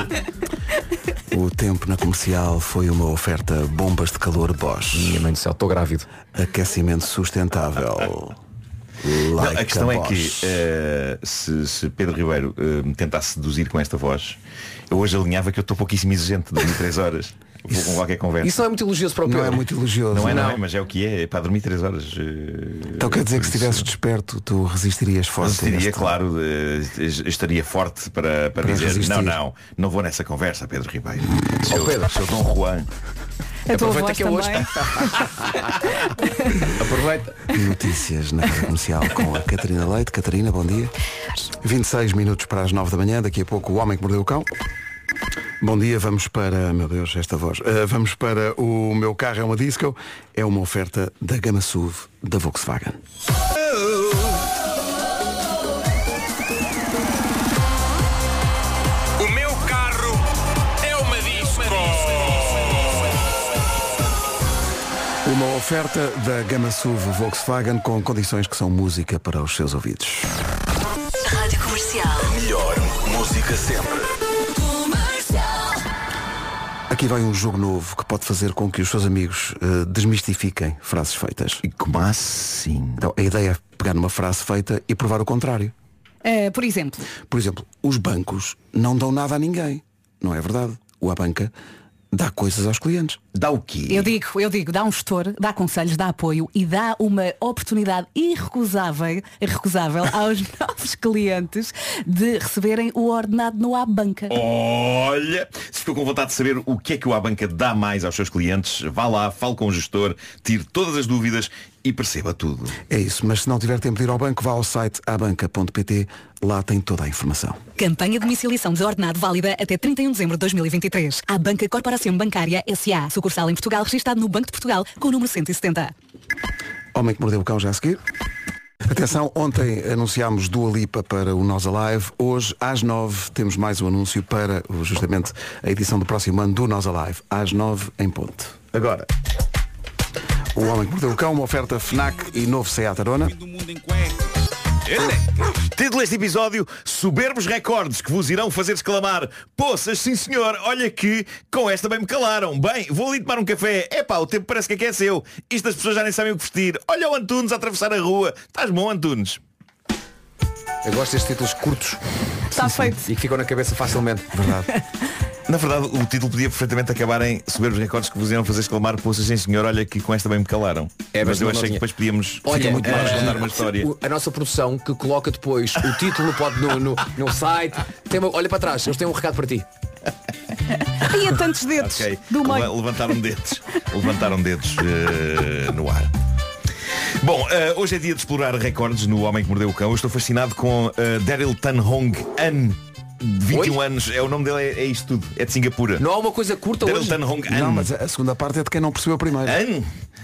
Speaker 2: O tempo na comercial foi uma oferta bombas de calor Bosch.
Speaker 11: Minha mãe do céu, estou grávido.
Speaker 2: Aquecimento sustentável.
Speaker 15: Não,
Speaker 2: Like
Speaker 15: a questão é que
Speaker 2: Bosch.
Speaker 15: eh, se, se Pedro Ribeiro eh, me tentasse seduzir com esta voz, eu hoje alinhava que eu estou pouquíssimo exigente, dormi 3 horas. Vou com qualquer conversa.
Speaker 11: Isso não é muito elogioso para o
Speaker 2: Não
Speaker 11: Pedro.
Speaker 2: é muito elogioso.
Speaker 15: Não é, não,
Speaker 11: não.
Speaker 15: é, mas é o que é, para dormir 3 horas. eh,
Speaker 2: Então quer dizer que se
Speaker 15: por isso-
Speaker 2: estivesses desperto, tu resistirias forte. a
Speaker 15: Resistiria,
Speaker 2: este-
Speaker 15: claro, de- es- estaria forte para, para,
Speaker 2: Para
Speaker 15: dizer
Speaker 2: resistir.
Speaker 15: não, não, não vou nessa conversa, Pedro Ribeiro. Seu,
Speaker 11: Pedro.
Speaker 15: seu Dom Juan.
Speaker 1: A tua
Speaker 11: Aproveita
Speaker 1: voz
Speaker 11: que é hoje.
Speaker 1: também.
Speaker 11: Aproveita.
Speaker 2: Notícias na Rádio comercial com a Catarina Leite. Catarina, bom dia. 26 minutos para as 9 da manhã, daqui a pouco o Homem que Mordeu o Cão. Bom dia, vamos para. Meu Deus, esta voz. Ah, vamos para o meu carro é uma disco. É uma oferta da Gama SUV da Volkswagen.
Speaker 9: O meu carro é uma disco.
Speaker 2: Uma oferta da Gama SUV Volkswagen com condições que são música para os seus ouvidos.
Speaker 9: Rádio Comercial.
Speaker 6: Melhor música sempre.
Speaker 2: Aqui vai um jogo novo que pode fazer com que os seus amigos eh, desmistifiquem frases feitas. E como assim? Então, a ideia é pegar numa frase feita e provar o contrário.
Speaker 1: Eh, por exemplo,
Speaker 2: Por exemplo, os bancos não dão nada a ninguém. Não é verdade? O A banca dá coisas aos clientes. Dá o quê?
Speaker 1: eu digo, eu digo, dá um gestor, dá conselhos, dá apoio e dá uma oportunidade irrecusável, irrecusável aos novos clientes de receberem o ordenado no à banca.
Speaker 15: Oh. Olha, se ficou com vontade de saber o que é que o Abanca dá mais aos seus clientes, vá lá, fale com o gestor, tire todas as dúvidas e perceba tudo.
Speaker 2: É isso, mas se não tiver tempo de ir ao banco, vá ao site abanca.pt, lá tem toda a informação.
Speaker 16: Campanha de domiciliação de ordenado válida até 31 de dezembro de 2023. A Banca Corporação Bancária S.A. Sucursal em Portugal, registado no Banco de Portugal, com o número 170.
Speaker 2: Homem que mordeu o cão já a seguir. Atenção, ontem anunciámos Dua Lipa para o Nós Alive. Hoje, às nove, temos mais um anúncio para o- justamente a edição do próximo ano do Nós Alive. Às nove em ponto. Agora. O Homem que Mordeu o Cão, uma oferta FNAC e novo Seat Arona.
Speaker 15: Título deste episódio, soberbos recordes que vos irão fazer exclamar Poças, sim senhor, olha que com esta bem me calaram Bem, vou ali tomar um café Epá, o tempo parece que aqueceu Isto as pessoas já nem sabem o que vestir Olha o Antunes a atravessar a rua Estás bom, Antunes?
Speaker 11: Eu gosto destes títulos curtos.
Speaker 1: Está feito.
Speaker 11: E que ficam na cabeça facilmente.
Speaker 2: Verdade.
Speaker 15: Na verdade, o título podia perfeitamente acabar em soberbos recordes que vos irão fazer exclamar Poças, sim senhor, olha que com esta bem me calaram
Speaker 11: É,
Speaker 15: Mas
Speaker 11: mas
Speaker 15: eu achei
Speaker 11: não, não
Speaker 15: que
Speaker 11: tinha.
Speaker 15: depois podíamos
Speaker 11: Olha,
Speaker 15: muito mais
Speaker 11: eh,
Speaker 15: contar uma história
Speaker 11: o- a nossa produção que coloca depois o título pode no, no, no site. Tem uma- olha para trás, eles têm um recado para ti.
Speaker 1: Ai, há é tantos dedos
Speaker 15: Ok. é
Speaker 1: do meio.
Speaker 15: Le- Levantaram dedos. Levantaram dedos um eh, no ar. Bom, eh, hoje é dia de explorar recordes no Homem que Mordeu o Cão. Eu estou fascinado com eh, Daryl Tan Hong An. de 21 anos, é o nome dele, é, é isto tudo. É de Singapura.
Speaker 11: Não há uma coisa curta
Speaker 15: Daryl
Speaker 11: hoje?
Speaker 15: Tan Hong An.
Speaker 2: Não, mas a a segunda parte é de quem não percebeu a primeira.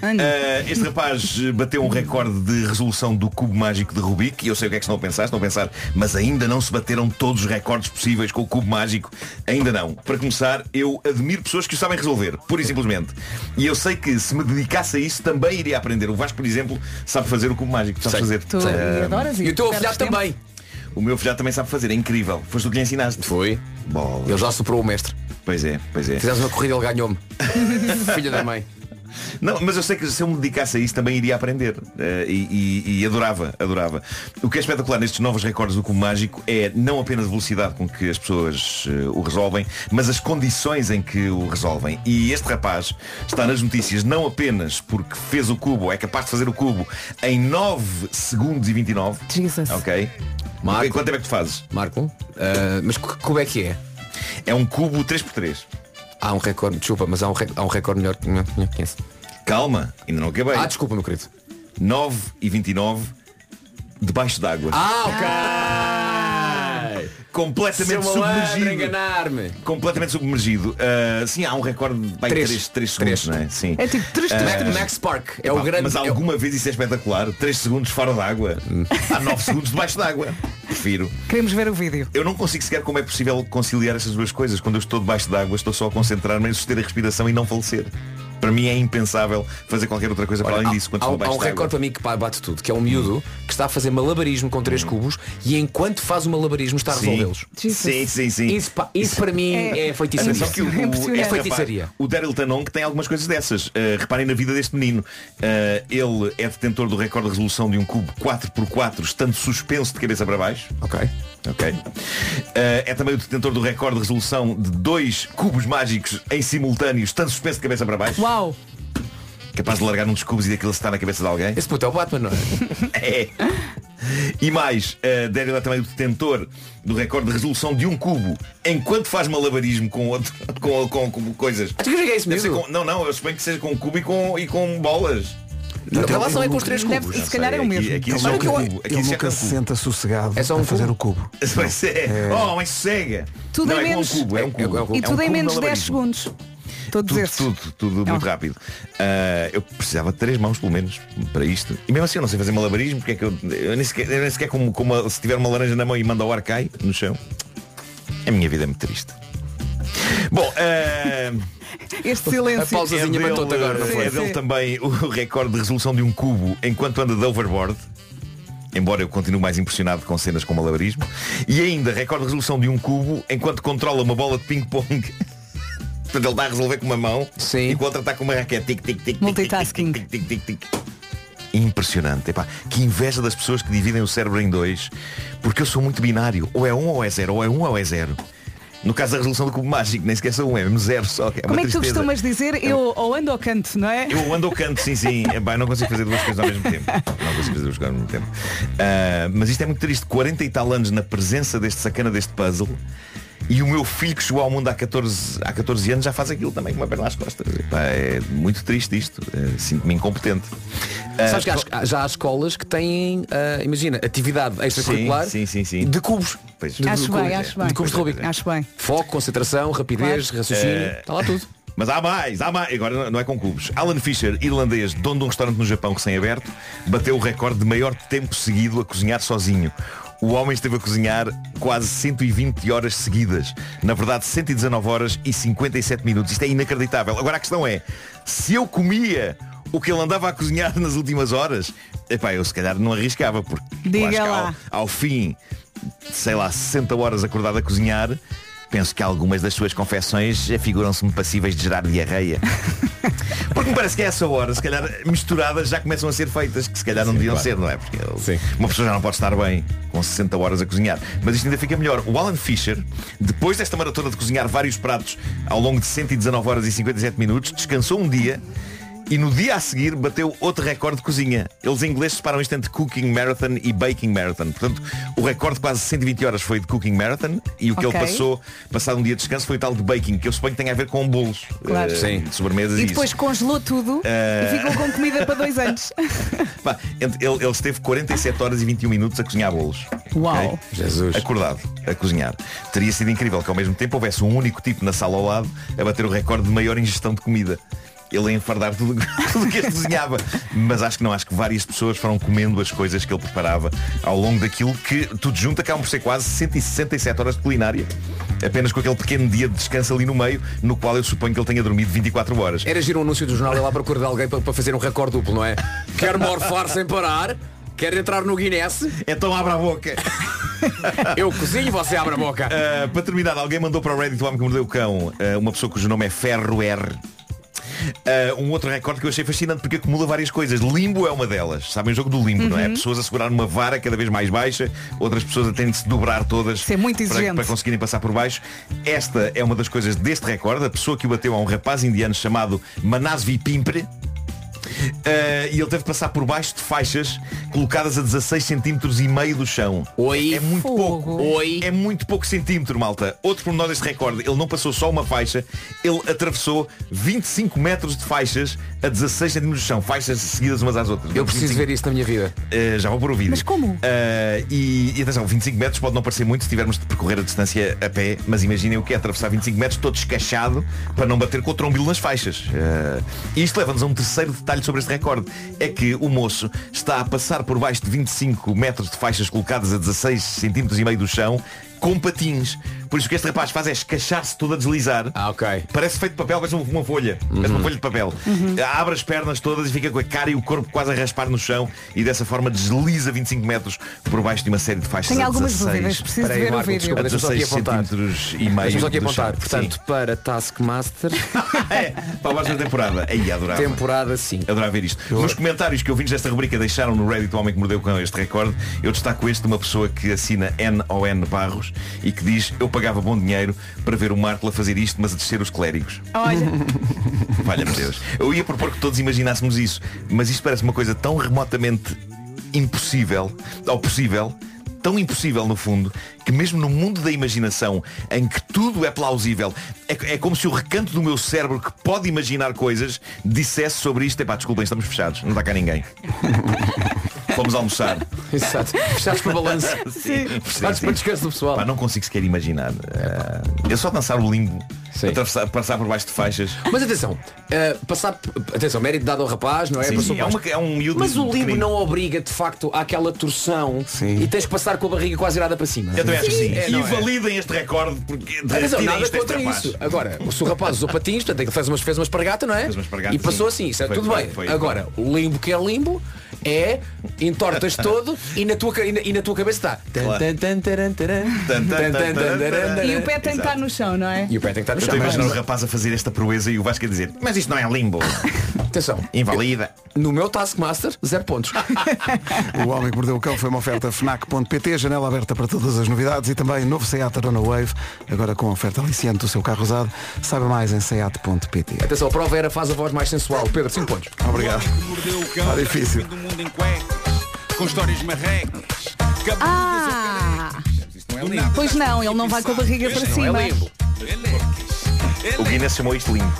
Speaker 15: Eh, este rapaz eh, bateu um recorde de resolução do cubo mágico de Rubik e eu sei o que é que estão a pensar, estão a pensar, mas ainda não se bateram todos os recordes possíveis com o cubo mágico. Ainda não. Para começar, eu admiro pessoas que o sabem resolver, pura e simplesmente. E eu sei que se me dedicasse a isso também iria aprender. O Vasco, por exemplo, sabe fazer o cubo mágico. Sabe fazer.
Speaker 1: Tu
Speaker 15: Eh,
Speaker 1: adoras e E o teu perdes afilhado tempo. também.
Speaker 15: O meu filhado também sabe fazer, é incrível. Foste tu que lhe ensinaste. Foi. Bola. Ele
Speaker 11: já superou o mestre.
Speaker 15: Pois é, pois é.
Speaker 11: Fizemos uma corrida, ele ganhou-me. Filha da mãe.
Speaker 15: Não, mas eu sei que se eu me dedicasse a isso também iria aprender. Eh, e, e- e adorava, adorava. O que é espetacular nestes novos recordes do cubo mágico é não apenas a velocidade com que as pessoas eh, o resolvem, mas as condições em que o resolvem. E este rapaz está nas notícias não apenas porque fez o cubo, é capaz de fazer o cubo em 9 segundos e 29.
Speaker 1: Jesus.
Speaker 15: Ok. Marco. Quanto tempo é que tu fazes?
Speaker 11: Marco. eh, mas cu- como é que é?
Speaker 15: É um cubo 3x3.
Speaker 11: Há um recorde, desculpa, mas há um, re- há um recorde melhor que não não conheço.
Speaker 15: Calma, ainda não acabei.
Speaker 11: Ah, desculpa, meu querido.
Speaker 15: 9 e 29 debaixo d'água.
Speaker 11: Ah, ok.
Speaker 15: Completamente
Speaker 11: Ah, Seu malandro,
Speaker 15: submergido.
Speaker 11: enganar-me.
Speaker 15: Completamente submergido. Ah, sim, há um recorde de 3,
Speaker 11: Três.
Speaker 15: 3, segundos, não é? Sim.
Speaker 11: É tipo três, três, três. Max Park. É o
Speaker 15: Epá,
Speaker 11: grande-
Speaker 15: Mas alguma vez isso é espetacular? 3 segundos fora d'água. Há 9 segundos debaixo d'água. Prefiro.
Speaker 1: Queremos ver o vídeo.
Speaker 15: Eu não consigo sequer como é possível conciliar essas duas coisas. Quando eu estou debaixo d'água, estou só a concentrar-me em suster a respiração e não falecer. Para mim é impensável fazer qualquer outra coisa para além disso. Quando
Speaker 11: Há,
Speaker 15: estou
Speaker 11: um- há
Speaker 15: debaixo
Speaker 11: um
Speaker 15: d'água.
Speaker 11: recorde para mim que pá, bate tudo, que é um miúdo que está a fazer malabarismo com três cubos e enquanto faz o malabarismo está a
Speaker 15: Hum. Sim.
Speaker 11: resolvê-los.
Speaker 15: Jesus. Sim, sim, sim.
Speaker 11: Isso, pá, isso para mim é, feitiçaria.
Speaker 15: Atenção que o- o,
Speaker 11: é
Speaker 15: este
Speaker 11: feitiçaria.
Speaker 15: rapaz, O Daryl Tanong tem algumas coisas dessas. Uh, reparem na vida deste menino. Uh, ele é detentor do recorde de resolução de um cubo 4x4, estando suspenso de cabeça para baixo.
Speaker 11: Ok.
Speaker 15: Ok. Uh, é também o detentor do recorde de resolução de dois cubos mágicos em simultâneo, estando suspenso de cabeça para baixo.
Speaker 1: Uau!
Speaker 15: Capaz de largar um dos cubos e daquilo está na cabeça de alguém.
Speaker 11: Esse puto é o Batman, não
Speaker 15: é? E mais, uh, Daryl é também o detentor do recorde de resolução de um cubo enquanto faz malabarismo com outro, com, com, com coisas.
Speaker 11: Acho que eu joguei esse
Speaker 15: Deve ser
Speaker 11: miúdo.
Speaker 15: com- Não, não, eu suponho que seja com cubo e com, e com bolas.
Speaker 12: A relação é com os três
Speaker 1: Deve-
Speaker 12: cubos.
Speaker 1: se calhar é o mesmo.
Speaker 15: aqui é só
Speaker 2: Olha
Speaker 15: um
Speaker 2: que eu-
Speaker 15: cubo. Aqui
Speaker 2: ele
Speaker 15: isso é
Speaker 2: nunca
Speaker 15: um
Speaker 2: se
Speaker 15: cubo.
Speaker 2: senta sossegado é só um fazer o cubo.
Speaker 15: Pois é.
Speaker 2: É.
Speaker 15: Oh, mas sossega.
Speaker 1: Tudo
Speaker 15: Não,
Speaker 1: em
Speaker 15: é com um
Speaker 1: menos-
Speaker 15: cubo, é um cubo. É um
Speaker 1: E tudo
Speaker 15: cubo
Speaker 1: em
Speaker 15: de
Speaker 1: menos 10
Speaker 15: algarismo.
Speaker 1: segundos. Todos
Speaker 15: Tudo,
Speaker 1: esses.
Speaker 15: tudo, tudo
Speaker 1: É um-
Speaker 15: muito rápido. Ah, eu precisava de três mãos, pelo menos, para isto. E mesmo assim eu não sei fazer malabarismo, porque é que eu, eu nem sequer, eu nem sequer como, como a- se tiver uma laranja na mão e manda o ar cai no chão. A minha vida é muito triste. Bom, ah,
Speaker 1: Este silêncio.
Speaker 15: é dele, É dele também o recorde de resolução de um cubo enquanto anda de overboard. Embora eu continue mais impressionado com cenas com malabarismo. E ainda recorde de resolução de um cubo enquanto controla uma bola de ping-pong. Portanto, ele está a resolver com uma mão e com a outra está com uma raquete. Tic, tic, tic, Multitasking. Tic, tic, tic, tic, tic. Impressionante. Epá, que inveja das pessoas que dividem o cérebro em dois. Porque eu sou muito binário. Ou é um ou é zero. Ou é um ou é zero. No caso da resolução do cubo mágico, nem sequer sou um, é mesmo zero só. que É uma
Speaker 1: Como é que tu
Speaker 15: tristeza.
Speaker 1: costumas dizer eu ou ando ou canto, não é?
Speaker 15: Eu ando ao canto, sim, sim. Epá, eu não consigo fazer duas coisas ao mesmo tempo. Não consigo fazer duas coisas ao mesmo tempo. Ah, mas isto é muito triste. 40 e tal anos na presença deste sacana deste puzzle. E o meu filho que chegou ao mundo há 14, há 14 anos já faz aquilo também com uma perna às costas. Epá, é muito triste isto. Ah, Sinto-me incompetente. Ah,
Speaker 11: É. Sabes que há, há- já há escolas que têm, ah, imagina, atividade extracurricular
Speaker 15: Sim, sim, sim, sim.
Speaker 11: de cubos.
Speaker 15: Pois. é,
Speaker 11: De- de
Speaker 1: Acho bem,
Speaker 11: cubos.
Speaker 1: acho bem.
Speaker 11: De cubos de Rubik.
Speaker 1: Acho bem.
Speaker 11: Foco, concentração, rapidez,
Speaker 1: Claro. É.
Speaker 11: raciocínio.
Speaker 15: Eh,
Speaker 11: Está lá tudo.
Speaker 15: Mas há mais, há mais. Agora não- não é com cubos. Alan Fisher, irlandês, dono de um restaurante no Japão recém-aberto, bateu o recorde de maior tempo seguido a cozinhar sozinho. O homem esteve a cozinhar quase 120 horas seguidas. Na verdade, 119 horas e 57 minutos. Isto é inacreditável. Agora a questão é, se eu comia o que ele andava a cozinhar nas últimas horas, epá, eu se calhar não arriscava, porque
Speaker 1: Diga
Speaker 15: eu acho que ao-
Speaker 1: lá.
Speaker 15: ao fim sei lá, 60 horas acordado a cozinhar, penso que algumas das suas confecções afiguram-se-me passíveis de gerar diarreia. Porque me parece que é a essa hora, se calhar misturadas já começam a ser feitas, que se calhar não deviam
Speaker 11: claro.
Speaker 15: ser, não é? Porque uma pessoa já não pode estar bem com 60 horas a cozinhar. Mas isto ainda fica melhor. O Alan Fisher, depois desta maratona de cozinhar vários pratos ao longo de 119 horas e 57 minutos, descansou um dia e no dia a seguir bateu outro recorde de cozinha. Eles em inglês separam isto entre Cooking Marathon e Baking Marathon. Portanto, o recorde de quase 120 horas foi de Cooking Marathon e o que
Speaker 1: Ok.
Speaker 15: ele passou, passado um dia de descanso, foi o tal de Baking, que eu suponho que tem a ver com bolos,
Speaker 1: Claro.
Speaker 15: eh,
Speaker 1: Sim.
Speaker 15: de sobremesas e,
Speaker 1: E
Speaker 15: isso.
Speaker 1: depois congelou tudo
Speaker 15: Eh,
Speaker 1: e ficou com comida para dois anos.
Speaker 15: Pá, ele, ele esteve 47 horas e 21 minutos a cozinhar bolos.
Speaker 1: Uau.
Speaker 15: Ok? Acordado, a cozinhar. Teria sido incrível que ao mesmo tempo houvesse um único tipo na sala ao lado a bater o recorde de maior ingestão de comida. Ele a enfardar tudo tudo o que ele cozinhava. Mas acho que não, acho que várias pessoas foram comendo as coisas que ele preparava ao longo daquilo que tudo junto acabam por ser quase 167 horas de culinária. Apenas com aquele pequeno dia de descanso ali no meio, no qual eu suponho que ele tenha dormido 24 horas.
Speaker 11: Era giro um anúncio do jornal e lá à procura de alguém para, para fazer um recorde duplo, não é? Quer morfar sem parar, quer entrar no Guinness.
Speaker 15: Então abra a boca.
Speaker 11: Eu cozinho, você abre a boca.
Speaker 15: Uh, para terminar, alguém mandou para o Reddit o homem que mordeu o cão, uh, uma pessoa cujo nome é Ferro R. Uh, um outro recorde que eu achei fascinante porque acumula várias coisas. Limbo é uma delas. Sabem o jogo do limbo, não é?
Speaker 1: Uhum.
Speaker 15: Pessoas a segurar uma vara cada vez mais baixa, outras pessoas a terem de se dobrar todas
Speaker 1: é muito
Speaker 15: para,
Speaker 1: exigente.
Speaker 15: para conseguirem passar por baixo. Esta é uma das coisas deste recorde. A pessoa que o bateu a um rapaz indiano chamado Manasvi Pimpre. Uh, e ele teve de passar por baixo de faixas colocadas a 16 centímetros e meio do chão. Oi. É muito pouco. Oi. É muito pouco centímetro, malta. Outro pormenor deste recorde, ele não passou só uma faixa, ele atravessou 25 metros de faixas a 16 centímetros do chão. Faixas seguidas umas às outras.
Speaker 11: Eu preciso ver isso na minha vida.
Speaker 15: Eh, já vou pôr o vídeo.
Speaker 11: Mas como?
Speaker 15: Uh, e, e atenção, 25 metros pode não parecer muito se tivermos de percorrer a distância a pé, mas imaginem o que é atravessar 25 metros todo escachado para não bater com o trombilo nas faixas. Uh, e isto leva-nos a um terceiro detalhe sobre este recorde. É que o moço está a passar por baixo de 25 metros de faixas colocadas a 16 centímetros e meio do chão com patins. Por isso o que este rapaz faz é escachar-se todo a deslizar. Ah, ok. Parece feito de papel, parece uma- uma folha. Parece uma folha de papel.
Speaker 1: Uhum.
Speaker 15: Abre as pernas todas e fica com a cara e o corpo quase a raspar no chão e dessa forma desliza 25 metros por baixo de uma série de faixas.
Speaker 1: Tenho
Speaker 15: a
Speaker 1: algumas
Speaker 15: 16,
Speaker 1: dúvidas, preciso de ver o vídeo.
Speaker 15: desculpa, deixa-me só aqui apontar. e meio
Speaker 11: Deixa-me só aqui
Speaker 15: do
Speaker 11: apontar.
Speaker 15: chão.
Speaker 11: Portanto, para Taskmaster.
Speaker 1: Tá.
Speaker 15: É, Para a próxima temporada. Aí adorava.
Speaker 11: Temporada 5.
Speaker 15: Adorava ver isto. Nos comentários que ouvintes desta rubrica deixaram no Reddit o homem que mordeu o cão este recorde, eu destaco este de uma pessoa que assina N.O.N. Barros e que diz eu pagava bom dinheiro para ver o Marco a fazer isto, mas a descer os clérigos.
Speaker 1: Olha,
Speaker 15: Valha-me Deus. Eu ia propor que todos imaginássemos isso, mas isto parece uma coisa tão remotamente impossível, ou possível, tão impossível no fundo que mesmo no mundo da imaginação em que tudo é plausível, é, é como se o recanto do meu cérebro que pode imaginar coisas dissesse sobre isto, epá, desculpem, estamos fechados, não está cá ninguém. Vamos almoçar.
Speaker 11: Exato. Fechados para balanço.
Speaker 15: Sim,
Speaker 11: Fechados para descanso do pessoal.
Speaker 15: Pá, não consigo sequer imaginar. Ah, é só dançar o limbo. Atravessar, passar por baixo de faixas.
Speaker 11: Mas atenção, eh, passar, atenção, mérito dado ao rapaz, não é?
Speaker 15: Sim,
Speaker 11: Passou
Speaker 15: sim, é
Speaker 11: por-
Speaker 15: uma- é um miúdo
Speaker 11: Mas o
Speaker 15: pequenino.
Speaker 11: livro não obriga de facto àquela torção e tens que passar com a barriga quase irada para cima.
Speaker 15: Eu também acho que sim.
Speaker 11: É, não
Speaker 15: e
Speaker 11: é?
Speaker 15: validem este recorde porque de
Speaker 11: Atenção,
Speaker 15: retirem
Speaker 11: nada
Speaker 15: isto é a este
Speaker 11: contra
Speaker 15: rapaz.
Speaker 11: isso. Agora, se o rapaz usou patins, portanto, ele fez uma, fez uma espargata, não é? Fez uma
Speaker 15: espargata,
Speaker 11: e passou
Speaker 15: sim.
Speaker 11: assim, isso é
Speaker 15: Foi-
Speaker 11: tudo
Speaker 15: foi-
Speaker 11: bem.
Speaker 15: foi-
Speaker 11: Agora, o limbo que é limbo é entortas todo e na tua, ca- e na, e na tua cabeça está.
Speaker 15: Claro.
Speaker 11: Tan, tan, taran, taran.
Speaker 15: Tan, tan,
Speaker 11: Tan, tan,
Speaker 15: tan,
Speaker 11: taran, taran.
Speaker 1: E o pé tem que estar no chão, não é?
Speaker 11: E o pé tem que estar
Speaker 15: Eu
Speaker 11: no
Speaker 15: estou a
Speaker 11: chão.
Speaker 15: imaginar o
Speaker 11: Mas-
Speaker 15: rapaz a fazer esta proeza e o Vasco a dizer Mas isto não é limbo.
Speaker 11: Atenção.
Speaker 15: Invalida.
Speaker 11: No meu Taskmaster, zero pontos.
Speaker 2: O Homem que Mordeu o Cão foi uma oferta FNAC.pt, janela aberta para todas as novidades e também novo Seat Arona Wave, agora com a oferta aliciante do seu carro usado. Saiba mais em seat.pt.
Speaker 11: Atenção, a prova era faz a voz mais sensual. Pedro, 5 pontos.
Speaker 2: Obrigado. Está difícil.
Speaker 17: do mundo em cuecas, com histórias marrecas.
Speaker 1: Ah!
Speaker 17: é
Speaker 1: Pois não, ele não vai com a barriga para
Speaker 15: Não é
Speaker 1: cima.
Speaker 15: limbo. O Guinness chamou isto limbo.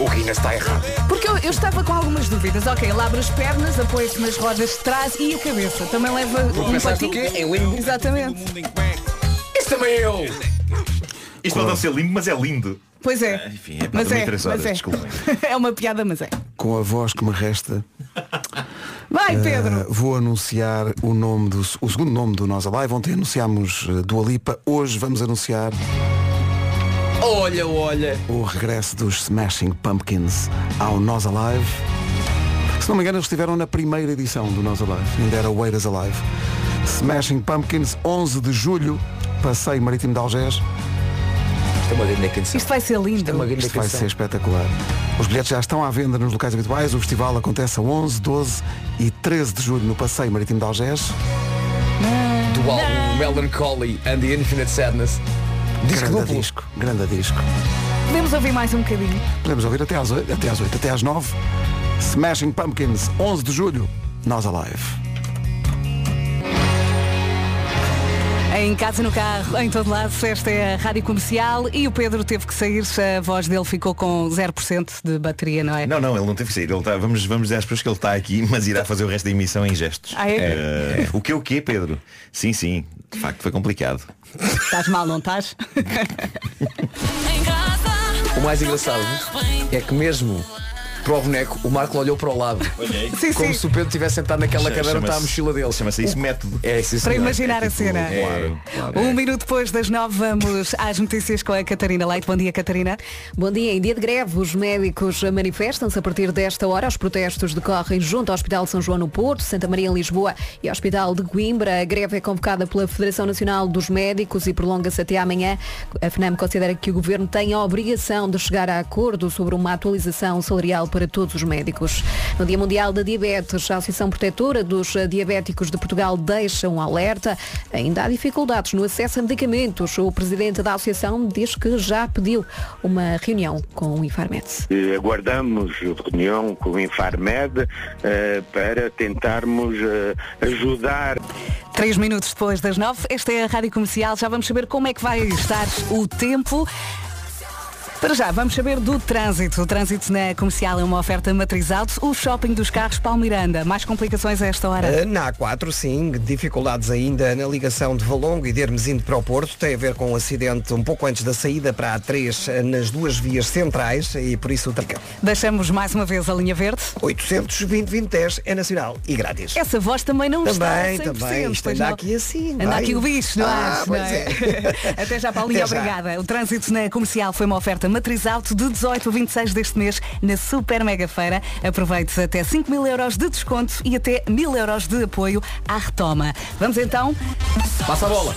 Speaker 15: O Guinness está errado.
Speaker 1: Porque eu, eu estava com algumas dúvidas. Ok, ele abre as pernas, apoia-se nas rodas de trás e a cabeça. Também leva um
Speaker 11: pensaste
Speaker 1: patinho.
Speaker 11: o quê?
Speaker 1: Exatamente.
Speaker 11: Isso também é eu!
Speaker 15: Isto pode não ser limbo, mas é lindo.
Speaker 1: Pois é.
Speaker 15: Enfim, é para
Speaker 1: mas
Speaker 15: também
Speaker 1: é,
Speaker 15: três horas,
Speaker 1: mas é.
Speaker 15: desculpem.
Speaker 1: é uma piada, mas é.
Speaker 2: Com a voz que me resta,
Speaker 1: Vai,
Speaker 2: eh,
Speaker 1: Pedro!
Speaker 2: vou anunciar o nome do o segundo nome do Nós Alive. Ontem anunciámos eh, Dua Lipa, hoje vamos anunciar
Speaker 11: Olha, olha.
Speaker 2: o regresso dos Smashing Pumpkins ao Nós Alive. Se não me engano, eles estiveram na primeira edição do Nós Alive, ainda era Oeiras Alive. Smashing Pumpkins, 11 de julho, passeio marítimo de Algés.
Speaker 11: Isto é uma grande é
Speaker 1: Isto vai ser
Speaker 15: é
Speaker 1: lindo.
Speaker 2: Isto vai ser espetacular. Os bilhetes já estão à venda nos locais habituais. O festival acontece a 11, 12 e 13 de julho no Passeio Marítimo de Algés.
Speaker 11: Do álbum Melancholy and the Infinite Sadness. Disco
Speaker 2: grande
Speaker 11: duplo.
Speaker 2: disco, grande disco.
Speaker 1: Podemos ouvir mais um bocadinho.
Speaker 2: Podemos ouvir até às 8, até às, 8, até às 9. Smashing Pumpkins, 11 de julho, nós Alive.
Speaker 1: Em casa, no carro, em todo lado, esta é a Rádio Comercial e o Pedro teve que sair, a voz dele ficou com 0% de bateria, não é?
Speaker 15: Não, não, ele não teve que sair. Ele tá, vamos, vamos dizer às pessoas que ele está aqui, mas irá fazer o resto da emissão em gestos.
Speaker 1: Ah, é?
Speaker 15: Eh, o que o quê, Pedro? Sim, sim. De facto foi complicado.
Speaker 1: Estás mal, não estás?
Speaker 11: O mais engraçado é que mesmo para o boneco, o Marco olhou para o lado.
Speaker 15: Olhei.
Speaker 1: Sim,
Speaker 11: Como
Speaker 1: sim.
Speaker 11: se o Pedro tivesse sentado naquela
Speaker 15: Ch-
Speaker 11: cadeira onde está a
Speaker 15: chama-se-
Speaker 11: mochila dele.
Speaker 15: Chama-se isso
Speaker 11: O-
Speaker 15: método. tipo um
Speaker 11: É, sim,
Speaker 1: Para
Speaker 11: senhor.
Speaker 1: imaginar a cena.
Speaker 11: É.
Speaker 15: Claro, claro.
Speaker 1: Um minuto depois das nove, vamos às notícias com a Catarina Leite. Bom dia, Catarina.
Speaker 10: Bom dia. Em dia de greve, os médicos manifestam-se a partir desta hora. Os protestos decorrem junto ao Hospital de São João no Porto, Santa Maria em Lisboa e ao Hospital de Coimbra. A greve é convocada pela Federação Nacional dos Médicos e prolonga-se até amanhã. A FNAM considera que o Governo tem a obrigação de chegar a acordo sobre uma atualização salarial para todos os médicos. No Dia Mundial da Diabetes, a Associação Protetora dos Diabéticos de Portugal deixa um alerta. Ainda há dificuldades no acesso a medicamentos. O presidente da associação diz que já pediu uma reunião com o Infarmed.
Speaker 18: Eh, Aguardamos reunião com o Infarmed eh, para tentarmos eh, ajudar.
Speaker 1: Três minutos depois das nove, esta é a Rádio Comercial. Já vamos saber como é que vai estar o tempo. Para já, vamos saber do trânsito. O trânsito na comercial é uma oferta matriz alto. O shopping dos carros Palmiranda. Mais complicações a esta hora?
Speaker 5: Eh, Na A4, sim, dificuldades ainda na ligação de Valongo e de Hermesinde para o Porto. Tem a ver com um acidente um pouco antes da saída para a A3 eh, nas duas vias centrais e por isso o tranca.
Speaker 1: Deixamos mais uma vez a linha verde.
Speaker 5: 820-2010 é nacional e grátis.
Speaker 1: Essa voz também não está a 100%.
Speaker 5: Também, também. Isto
Speaker 1: pois
Speaker 5: anda
Speaker 1: não.
Speaker 5: aqui assim,
Speaker 1: Anda
Speaker 5: vai.
Speaker 1: aqui o bicho, não
Speaker 5: Ah,
Speaker 1: é?
Speaker 5: pois
Speaker 1: é? Até já, Paulinha,
Speaker 5: Até já.
Speaker 1: obrigada. O trânsito na comercial foi uma oferta matriz alto de 18 a 26 deste mês na Super Mega Feira. Aproveite até 5 mil euros de desconto e até mil euros de apoio à retoma. Vamos então.
Speaker 11: Passa a bola.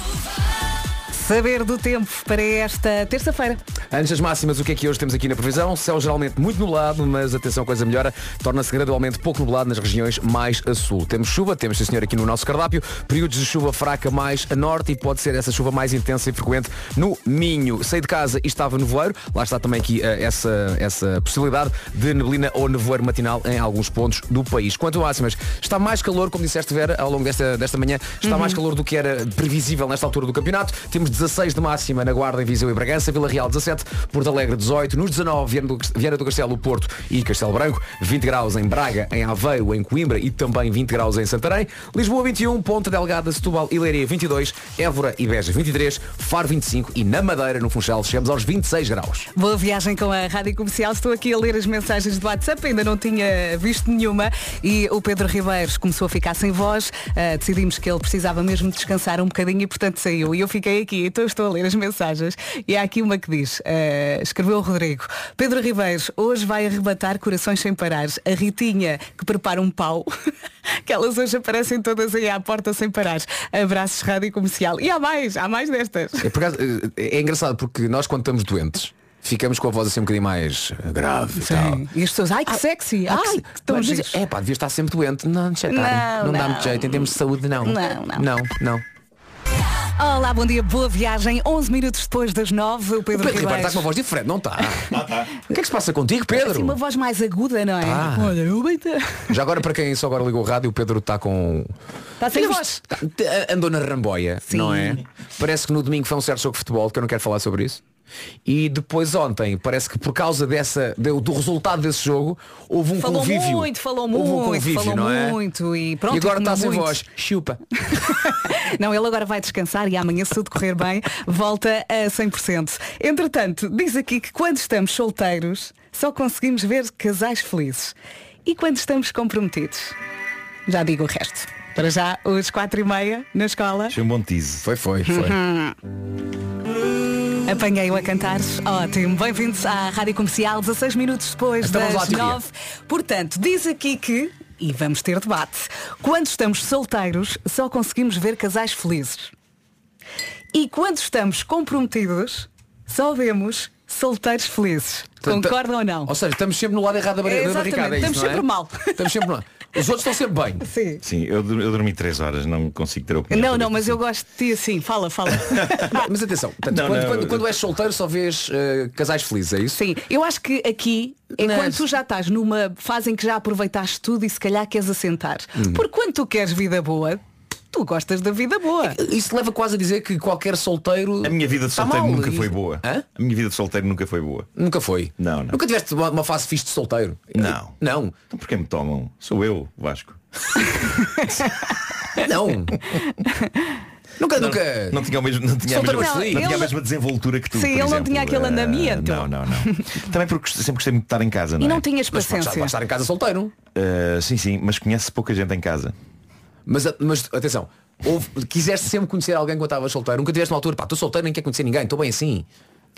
Speaker 1: Saber do tempo para esta terça-feira.
Speaker 11: Antes das máximas, o que é que hoje temos aqui na previsão? Céu geralmente muito nublado, mas atenção, coisa melhora, torna-se gradualmente pouco nublado nas regiões mais a sul. Temos chuva, temos sim senhor aqui no nosso cardápio, períodos de chuva fraca mais a norte e pode ser essa chuva mais intensa e frequente no Minho. Saí de casa e estava nevoeiro, lá está também aqui eh, essa, essa possibilidade de neblina ou nevoeiro matinal em alguns pontos do país. Quanto a máximas, está mais calor, como disseste Vera, ao longo desta, desta manhã, está
Speaker 19: Uhum.
Speaker 11: mais calor do que era previsível nesta altura do campeonato. Temos 16 de máxima na Guarda, em Viseu e Bragança, Vila Real 17, Porto Alegre 18, nos 19 Viana do, Viana do Castelo, Porto e Castelo Branco, 20 graus em Braga, em Aveiro, em Coimbra e também 20 graus em Santarém, Lisboa 21, Ponta Delgada, Setúbal e Leiria 22, Évora e Beja 23, Faro 25 e na Madeira, no Funchal, chegamos aos 26 graus.
Speaker 1: Boa viagem com a Rádio Comercial. Estou aqui a ler as mensagens do WhatsApp, ainda não tinha visto nenhuma. E o Pedro Ribeiros começou a ficar sem voz. Ah, decidimos que ele precisava mesmo descansar um bocadinho e, portanto, saiu. E eu fiquei aqui, então estou a ler as mensagens. E há aqui uma que diz, ah, escreveu o Rodrigo, Pedro Ribeiros, hoje vai arrebatar corações sem parar. A Ritinha, que prepara um pau, que elas hoje aparecem todas aí à porta sem parar. Abraços, Rádio Comercial. E há mais, há mais destas.
Speaker 11: É, por acaso, é- é engraçado porque nós quando estamos doentes, ficamos com a voz assim um bocadinho mais grave e tal.
Speaker 1: E as pessoas, ai que sexy, ai, Ah, que tão
Speaker 11: Mas,
Speaker 1: giro."
Speaker 11: É pá, devia estar sempre doente. Não, não, sei, tá,
Speaker 1: Não,
Speaker 11: não, dá
Speaker 1: não.
Speaker 11: muito jeito. Em termos de saúde, não.
Speaker 1: Não, não.
Speaker 11: Não, não.
Speaker 1: Olá, bom dia, boa viagem. 11 minutos depois das 9, o Pedro,
Speaker 11: Pedro Ribeiro
Speaker 1: Ribeiro.
Speaker 11: está com uma voz diferente, não está? O que é que se passa contigo,
Speaker 1: Assim, uma
Speaker 11: Pedro?
Speaker 1: voz mais aguda, não é?
Speaker 11: Tá.
Speaker 1: Olha, eu bem
Speaker 11: Já agora, para quem só agora ligou o rádio, o Pedro está com...
Speaker 1: Está sem voz.
Speaker 11: Tá- tá- Andou na ramboia, não é? Parece que no domingo foi um certo jogo de futebol, que eu não quero falar sobre isso. E depois ontem, parece que por causa dessa, do, do resultado desse jogo, houve um
Speaker 1: falou
Speaker 11: convívio.
Speaker 1: muito, falou
Speaker 11: Houve um
Speaker 1: muito,
Speaker 11: convívio,
Speaker 1: falou
Speaker 11: não é?
Speaker 1: muito e pronto.
Speaker 11: e agora
Speaker 1: comeu
Speaker 11: está sem
Speaker 1: muito.
Speaker 11: voz. Chupa.
Speaker 1: Não, ele agora vai descansar e amanhã, se tudo correr bem, volta a 100%. Entretanto, diz aqui que quando estamos solteiros, só conseguimos ver casais felizes. E quando estamos comprometidos, já digo o resto. Para já, os quatro e meia na escola.
Speaker 15: Foi um bom tease.
Speaker 11: Foi, foi,
Speaker 1: Uhum. Apanhei-o a cantar. Ótimo. Bem-vindos à Rádio Comercial, 16 minutos depois
Speaker 11: Então vamos lá à
Speaker 1: das
Speaker 11: teoria.
Speaker 1: 9. Portanto, diz aqui que, e vamos ter debate, quando estamos solteiros só conseguimos ver casais felizes. E quando estamos comprometidos, só vemos solteiros felizes. Concordam ou não?
Speaker 11: Ou seja, estamos sempre no lado errado da, barri- da
Speaker 1: Exatamente,
Speaker 11: barricada. é isso,
Speaker 1: estamos
Speaker 11: não é?
Speaker 1: sempre mal.
Speaker 11: Estamos sempre mal. Os outros estão sempre bem.
Speaker 1: Sim.
Speaker 15: Sim, eu, dur- eu dormi 3 horas, não consigo ter
Speaker 11: é
Speaker 15: opinião.
Speaker 1: Não, não, mas eu gosto de ti assim. Fala, fala.
Speaker 11: mas atenção, portanto,
Speaker 15: Não,
Speaker 11: quando,
Speaker 15: não,
Speaker 11: quando-
Speaker 15: eu-
Speaker 11: quando és solteiro só vês eh, casais felizes, é isso?
Speaker 1: Sim, eu acho que aqui é
Speaker 11: Não.
Speaker 1: quando tu já estás numa fase em que já aproveitaste tudo e se calhar queres assentar.
Speaker 11: Hum.
Speaker 1: Porque quando tu queres vida boa, tu gostas da vida boa.
Speaker 11: Isso leva quase a dizer que qualquer solteiro.
Speaker 15: A minha vida de
Speaker 11: Está
Speaker 15: solteiro
Speaker 11: mal,
Speaker 15: nunca
Speaker 11: isso-
Speaker 15: foi boa. A minha vida de solteiro nunca foi boa.
Speaker 11: Nunca foi?
Speaker 15: Não, não.
Speaker 11: Nunca tiveste uma, uma fase fixe de solteiro?
Speaker 15: Não.
Speaker 11: Não.
Speaker 15: Então porquê me tomam? Sou eu, Vasco.
Speaker 11: Não. nunca,
Speaker 15: Não,
Speaker 11: nunca.
Speaker 15: Não tinha, o mesmo, não tinha, a,
Speaker 11: Solteiro
Speaker 15: mesma,
Speaker 11: assim. não,
Speaker 15: não tinha
Speaker 11: ele-
Speaker 15: a mesma desenvoltura que tu.
Speaker 1: Sim,
Speaker 15: por
Speaker 1: ele não
Speaker 15: exemplo.
Speaker 1: tinha aquele
Speaker 15: Ah,
Speaker 1: andamento.
Speaker 15: Não, não, não. Também porque sempre gostei muito de estar em casa, não
Speaker 1: E
Speaker 15: é?
Speaker 1: não tinhas
Speaker 15: Mas pode
Speaker 1: paciência.
Speaker 15: estar- pode estar
Speaker 11: em casa solteiro.
Speaker 15: Ah, sim, sim, mas conhece pouca gente em casa.
Speaker 11: Mas, eh, mas atenção, houve- quiseste sempre conhecer alguém quando estavas solteiro? Nunca tiveste uma altura, pá, estou solteiro, nem quero conhecer ninguém, estou bem assim.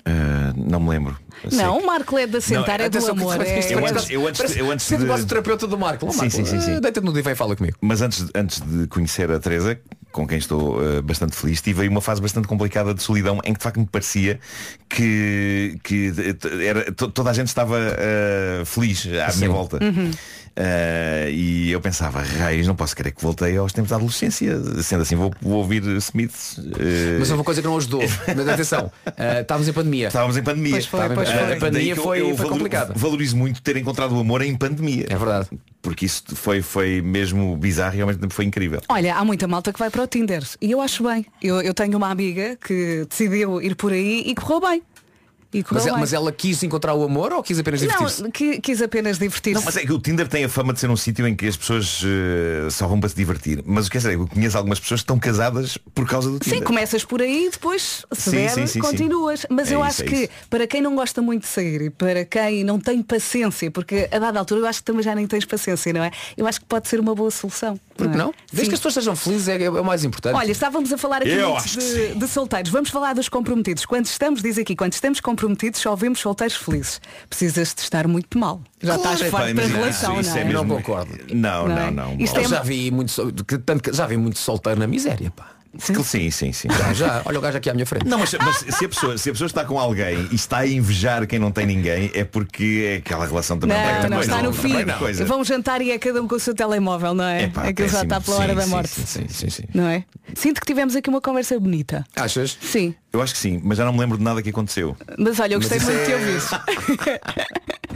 Speaker 15: Ah, não me lembro.
Speaker 1: Não, o Marco é de assentar,
Speaker 11: Não,
Speaker 1: é do
Speaker 11: atenção, que
Speaker 1: amor.
Speaker 11: tu-
Speaker 1: é-
Speaker 15: Eu antes, eu antes,
Speaker 11: Parece-
Speaker 15: eu antes
Speaker 11: sendo quase o terapeuta do Marco. Lá,
Speaker 15: Sim,
Speaker 11: Marco,
Speaker 15: sim, sim, sim.
Speaker 11: eh, Deita-te no divã e fala comigo.
Speaker 15: Mas antes, antes de conhecer a Teresa, com quem estou eh, bastante feliz, tive aí uma fase bastante complicada de solidão em que de facto me parecia que, que de- de- era, to- toda a gente estava eh, feliz à minha volta.
Speaker 9: Uhum.
Speaker 15: Eh, e eu pensava, raios, não posso querer que voltei aos tempos da adolescência. Sendo assim, vou, vou ouvir Smith. eh,
Speaker 11: Mas houve uma coisa que não ajudou. Mas atenção, eh, estávamos em pandemia.
Speaker 15: Estávamos em pandemia.
Speaker 11: Pois foi,
Speaker 15: Estava em
Speaker 11: pois
Speaker 15: pandemia. Ah,
Speaker 11: foi. A pandemia
Speaker 15: daí que
Speaker 11: foi- foi
Speaker 15: valor-
Speaker 11: complicada.
Speaker 15: Valorizo muito ter encontrado o amor em pandemia. É
Speaker 11: verdade.
Speaker 15: Porque isso foi, foi mesmo bizarro e ao mesmo tempo foi incrível.
Speaker 1: Olha, há muita malta que vai para o Tinder. E eu acho bem. Eu, eu tenho uma amiga que decidiu ir por aí e correu bem. E correu
Speaker 11: Mas,
Speaker 1: bem.
Speaker 11: ela- mas ela quis encontrar o amor ou quis apenas divertir-se?
Speaker 1: é. Não, qui- quis apenas divertir-se.
Speaker 15: Não, mas é que o Tinder tem a fama de ser um sítio em que as pessoas eh, só vão para se divertir. Mas o que é sério, eu conheço algumas pessoas que estão casadas por causa do Tinder.
Speaker 1: Sim, começas por aí e depois, se
Speaker 15: Sim,
Speaker 1: der,
Speaker 15: sim, sim,
Speaker 1: continuas.
Speaker 15: sim.
Speaker 1: Mas
Speaker 15: É
Speaker 1: eu
Speaker 15: isso,
Speaker 1: acho
Speaker 15: é
Speaker 1: que
Speaker 15: isso.
Speaker 1: para quem não gosta muito de sair e para quem não tem paciência, porque a dada altura eu acho que também já nem tens paciência, não é? Eu acho que pode ser uma boa solução.
Speaker 11: Porque não?
Speaker 1: é?
Speaker 11: Desde que as
Speaker 1: Sim.
Speaker 11: pessoas sejam felizes é, é o mais importante.
Speaker 1: Olha, estávamos a falar aqui
Speaker 11: Eu
Speaker 1: muito
Speaker 11: acho que
Speaker 1: de, de solteiros. Vamos falar dos comprometidos. Quando estamos, diz aqui, quando estamos comprometidos só vemos solteiros felizes. Precisas de estar muito mal. Já estás
Speaker 15: Epá,
Speaker 1: farto da
Speaker 15: imagina,
Speaker 1: relação,
Speaker 15: isso
Speaker 1: não é?
Speaker 15: mesmo-
Speaker 11: Não concordo.
Speaker 15: Não,
Speaker 1: Não é?
Speaker 15: não, não.
Speaker 11: Eu já vi muito, sol- que- tanto que- já vi muito solteiro na miséria, pá.
Speaker 15: Que- Sim, sim, sim.
Speaker 11: já, olha o gajo aqui à minha frente.
Speaker 15: Não, mas, mas se, a pessoa, se a pessoa está com alguém e está a invejar quem não tem ninguém, é porque é aquela relação também
Speaker 1: não,
Speaker 15: é
Speaker 1: não,
Speaker 15: também
Speaker 1: está no
Speaker 15: também
Speaker 1: fim.
Speaker 15: não. Coisa.
Speaker 1: Vão jantar e é cada um com o seu telemóvel, não é?
Speaker 15: Epá,
Speaker 1: Aquilo já
Speaker 15: péssimo.
Speaker 1: está pela hora
Speaker 15: Sim,
Speaker 1: da
Speaker 15: sim,
Speaker 1: morte.
Speaker 15: Sim, sim, sim, sim.
Speaker 1: Não é? Sinto que tivemos aqui uma conversa bonita.
Speaker 11: Achas?
Speaker 1: Sim.
Speaker 15: Eu acho que sim, mas já não me lembro de nada que aconteceu.
Speaker 1: Mas olha, eu
Speaker 11: Mas
Speaker 1: gostei
Speaker 11: isso
Speaker 1: muito de
Speaker 11: é-
Speaker 1: te ouvir.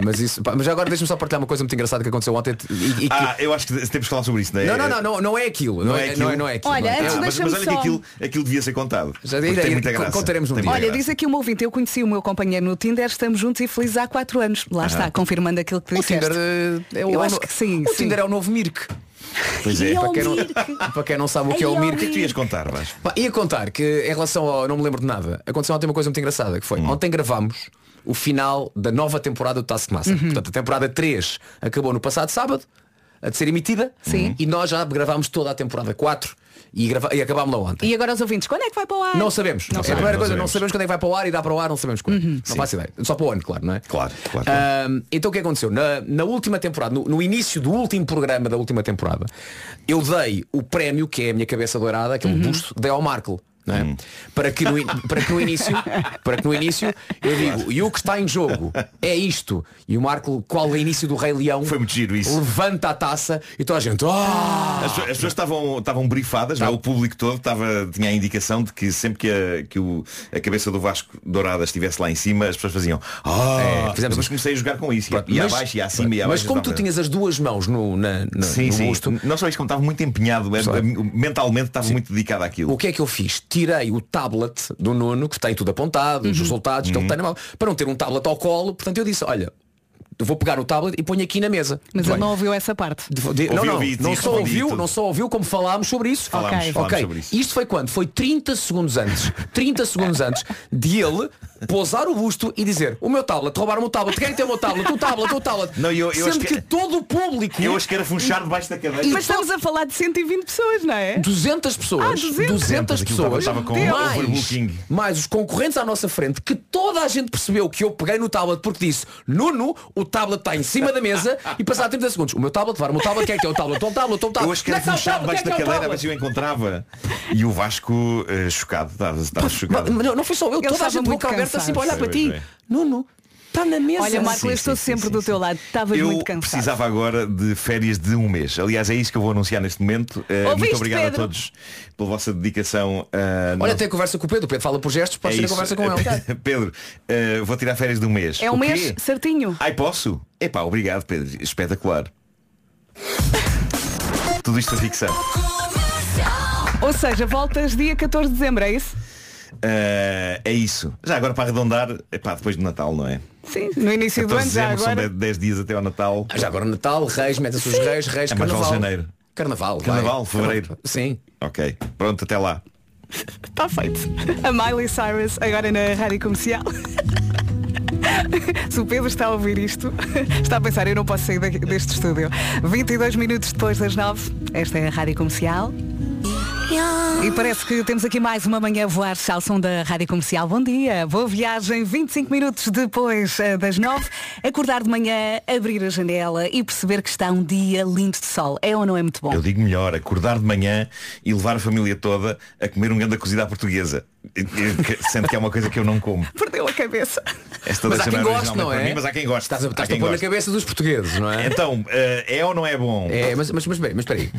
Speaker 11: Mas isso, pá, mas já agora deixa-me só partilhar uma coisa muito engraçada que aconteceu ontem. e- e que-
Speaker 15: Ah, eu acho que temos que falar sobre isso, não é?
Speaker 11: Não, não, não, não, não é aquilo. Não, é, não, é, não é aquilo.
Speaker 1: Olha,
Speaker 11: não é.
Speaker 1: antes
Speaker 15: Ah, mas,
Speaker 1: deixa-me
Speaker 15: mas olha que
Speaker 1: só-
Speaker 15: aquilo, é aquilo devia ser contado.
Speaker 11: Já
Speaker 15: Porque
Speaker 11: direi,
Speaker 15: tem muita
Speaker 11: co-
Speaker 15: graça.
Speaker 11: contaremos um
Speaker 15: Tem
Speaker 11: dia.
Speaker 15: muita
Speaker 1: Olha,
Speaker 15: graça.
Speaker 1: diz aqui uma ouvinte, eu conheci o meu companheiro no Tinder, estamos juntos e felizes há quatro anos. Lá
Speaker 15: Aham.
Speaker 1: está, confirmando aquilo que tu
Speaker 11: O
Speaker 1: disseste.
Speaker 11: Tinder eh, é o,
Speaker 1: eu
Speaker 11: é o
Speaker 1: acho
Speaker 11: no-
Speaker 1: que sim.
Speaker 11: O
Speaker 1: sim.
Speaker 11: Tinder é o novo Mirk.
Speaker 15: Pois é.
Speaker 1: E é
Speaker 11: para,
Speaker 1: o
Speaker 11: quem não,
Speaker 1: Mirk.
Speaker 11: para quem não sabe o que é
Speaker 1: Ai,
Speaker 11: o
Speaker 1: é o
Speaker 11: Mirk.
Speaker 1: O que é que tu
Speaker 15: ias contar, Vasco?
Speaker 11: Pá, Ia contar que em relação ao. Não me lembro de nada. Aconteceu ontem uma coisa muito engraçada, que foi.
Speaker 15: Hum.
Speaker 11: Ontem gravámos o final da nova temporada do Taskmaster.
Speaker 1: Uhum.
Speaker 11: Portanto, a temporada 3 acabou no passado sábado, a de ser emitida.
Speaker 1: Sim.
Speaker 11: E nós já gravámos toda a temporada 4 e, grava... e acabámos-la ontem.
Speaker 1: E agora os ouvintes, quando é que vai para o ar?
Speaker 11: Não sabemos.
Speaker 1: Não
Speaker 11: é a
Speaker 1: sabemos,
Speaker 11: primeira
Speaker 1: não
Speaker 11: coisa, não
Speaker 1: sabemos.
Speaker 11: sabemos quando é que vai para o ar e dá para o ar, não sabemos quando. Não faço ideia. Só para o ano, claro, não é?
Speaker 15: Uhum. Claro, claro.
Speaker 11: Ahm, então o que aconteceu? Na, na última temporada, no, no início do último programa da última temporada, eu dei o prémio, que é a minha cabeça dourada, aquele
Speaker 15: Uhum.
Speaker 11: busto, dei ao Marco. não
Speaker 15: Hum.
Speaker 11: é? Para, que no, in- para que no início para que no início eu digo e o que está em jogo é isto e o Marco qual é o início do Rei Leão foi
Speaker 15: muito giro isso
Speaker 11: levanta a taça e toda a gente "Ah!"
Speaker 15: As, pessoas- as pessoas estavam, estavam brifadas, não é? o público todo estava, tinha a indicação de que sempre que, a, que o- a cabeça do Vasco Dourada estivesse lá em cima, as pessoas faziam ah,
Speaker 11: É, fizemos
Speaker 15: depois
Speaker 11: isso.
Speaker 15: comecei a jogar com isso,
Speaker 11: Pronto,
Speaker 15: e
Speaker 11: mas-
Speaker 15: abaixo, e acima, e
Speaker 11: mas
Speaker 15: abaixo.
Speaker 11: como tu tinhas as duas mãos no, na, na,
Speaker 15: sim,
Speaker 11: no
Speaker 15: sim.
Speaker 11: busto,
Speaker 15: Não só isso, como estava muito empenhado, era- mentalmente estava muito dedicado àquilo.
Speaker 11: O que é que eu fiz? Tirei o tablet do Nuno, que tem tudo apontado, os resultados que ele tem na mão, para não ter um tablet ao colo, portanto eu disse, olha, eu vou pegar o tablet e ponho aqui na mesa.
Speaker 1: Mas
Speaker 11: Muito
Speaker 1: ele
Speaker 11: bem.
Speaker 1: não ouviu essa parte.
Speaker 11: De- de- não, não, não só ouviu, não só ouviu como falámos sobre isso.
Speaker 1: Falámos,
Speaker 11: Ok.
Speaker 1: falámos
Speaker 11: Ok.
Speaker 1: sobre
Speaker 11: Isto foi quando? Foi 30 segundos antes. 30 segundos antes de ele pousar o busto e dizer o meu tablet, roubaram o tablet, quem tem o meu tablet, o tablet, o tablet.
Speaker 15: Não, eu- eu
Speaker 11: Sendo
Speaker 15: acho
Speaker 11: que...
Speaker 15: que-
Speaker 11: todo o público.
Speaker 15: Eu acho que era funchar debaixo da cadeira.
Speaker 1: Mas estamos a falar de 120 pessoas, não é?
Speaker 11: 200 pessoas.
Speaker 1: Ah, 200.
Speaker 11: 200
Speaker 15: Aquilo
Speaker 11: pessoas.
Speaker 15: estava- estava com
Speaker 11: mais,
Speaker 15: overbooking.
Speaker 11: mais os concorrentes à nossa frente, que toda a gente percebeu que eu peguei no tablet porque disse, Nuno, o tablet está em cima da mesa e passar 30 segundos. O meu tablet, levar o meu tablet, quem é que tem o tablet? O tablet, o tablet.
Speaker 15: Eu acho que era
Speaker 11: Onde é que está
Speaker 15: funchar
Speaker 11: o tablet?
Speaker 15: debaixo da
Speaker 11: Quem é que tem o
Speaker 15: cadeira, a ver
Speaker 11: tablet?
Speaker 15: se eu encontrava. E o Vasco eh, chocado, estava, estava chocado.
Speaker 11: Mas Não, não foi só eu,
Speaker 1: Ele
Speaker 11: toda a
Speaker 1: estava
Speaker 11: gente
Speaker 1: muito
Speaker 11: boca aberta
Speaker 1: cansado.
Speaker 11: assim para olhar para ti.
Speaker 15: Pois é.
Speaker 11: Nuno, está na mesa.
Speaker 1: Olha, Marco,
Speaker 15: Sim,
Speaker 1: eu estou
Speaker 15: sim,
Speaker 1: sempre do teu lado. Estavas
Speaker 15: Eu
Speaker 1: muito cansado.
Speaker 15: precisava agora de férias de um mês. Aliás, é isso que eu vou anunciar neste momento. Eh,
Speaker 1: Ouviste,
Speaker 15: muito obrigado
Speaker 1: Pedro?
Speaker 15: a todos pela vossa dedicação. eh,
Speaker 11: Olha,
Speaker 15: no-
Speaker 11: tem conversa com o Pedro. O Pedro fala por gestos,
Speaker 15: É
Speaker 11: podes ter a
Speaker 15: isso.
Speaker 11: conversa com ele.
Speaker 15: Pedro, eh, vou tirar férias de um mês.
Speaker 1: É um
Speaker 15: O quê?
Speaker 1: mês certinho.
Speaker 15: Ai, posso? Epá, obrigado, Pedro. Espetacular. Tudo isto a ficção.
Speaker 1: Ou seja, voltas dia 14 de dezembro, é isso?
Speaker 15: Eh, é isso. Já agora para arredondar, epá, depois do Natal, não é?
Speaker 1: Sim. No início do
Speaker 15: 14
Speaker 1: ano,
Speaker 15: de
Speaker 1: já
Speaker 15: dezembro,
Speaker 1: agora.
Speaker 15: São 10 dias até ao Natal.
Speaker 11: Ah, Já agora Natal, Reis, mete-se os Reis, Reis,
Speaker 15: É mais vale
Speaker 11: Carnaval.
Speaker 15: janeiro.
Speaker 11: Carnaval, vai.
Speaker 15: Carnaval, fevereiro.
Speaker 11: Sim.
Speaker 15: Ok. Pronto, até lá.
Speaker 1: Está feito. A Miley Cyrus agora na rádio comercial. Se o Pedro está a ouvir isto, está a pensar, eu não posso sair daqui- deste estúdio. 22 minutos depois das 9, esta é a rádio comercial. E parece que temos aqui mais uma manhã a voar ao som da Rádio Comercial. Bom dia, boa viagem, 25 minutos depois eh, das 9. Acordar de manhã, abrir a janela e perceber que está um dia lindo de sol. É ou não é muito bom?
Speaker 15: Eu digo melhor, acordar de manhã e levar a família toda a comer um grande cozida à portuguesa. Eu- eu- que- Sendo que é uma coisa que eu não como.
Speaker 1: Perdeu a cabeça.
Speaker 15: Esta
Speaker 11: Mas há
Speaker 15: deixa mais
Speaker 11: quem goste,
Speaker 15: originalmente
Speaker 11: não
Speaker 15: para
Speaker 11: é?
Speaker 15: mim, mas há quem goste.
Speaker 11: Estás a, estás
Speaker 15: Há
Speaker 11: a
Speaker 15: quem
Speaker 11: pôr na
Speaker 15: goste.
Speaker 11: cabeça dos portugueses, não é?
Speaker 15: Então, eh, é ou não é bom?
Speaker 11: É, mas, mas, mas, bem, mas espera aí.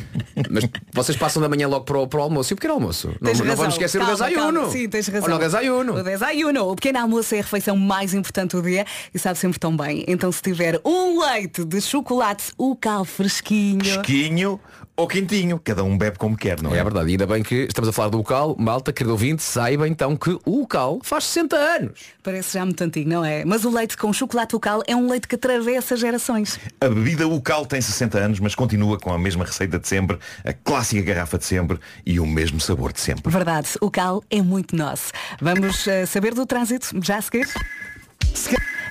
Speaker 11: Mas vocês passam da manhã logo para o, para o almoço. E o pequeno almoço? Não,
Speaker 1: Tens
Speaker 11: não
Speaker 1: razão.
Speaker 11: vamos esquecer
Speaker 1: Calma,
Speaker 11: o
Speaker 1: calma.
Speaker 11: desayuno.
Speaker 1: Sim, tens razão.
Speaker 11: Olha o desayuno.
Speaker 1: O desayuno. O pequeno almoço é a refeição mais importante do dia e sabe sempre tão bem. Então se tiver um leite de chocolate, o cal fresquinho.
Speaker 15: Quinho ou quentinho? Cada um bebe como quer, não é?
Speaker 11: É verdade, e ainda bem que estamos a falar do local, malta, querido ouvinte, saiba então que o local faz 60 anos.
Speaker 1: Parece já muito antigo, não é? Mas o leite com chocolate o cal é um leite que atravessa gerações.
Speaker 15: é? A bebida local tem 60 anos, mas continua com a mesma receita de sempre, Eh, a clássica garrafa de sempre e o mesmo sabor de sempre.
Speaker 1: Verdade, o cal é muito nosso. Vamos eh, saber do trânsito já a seguir?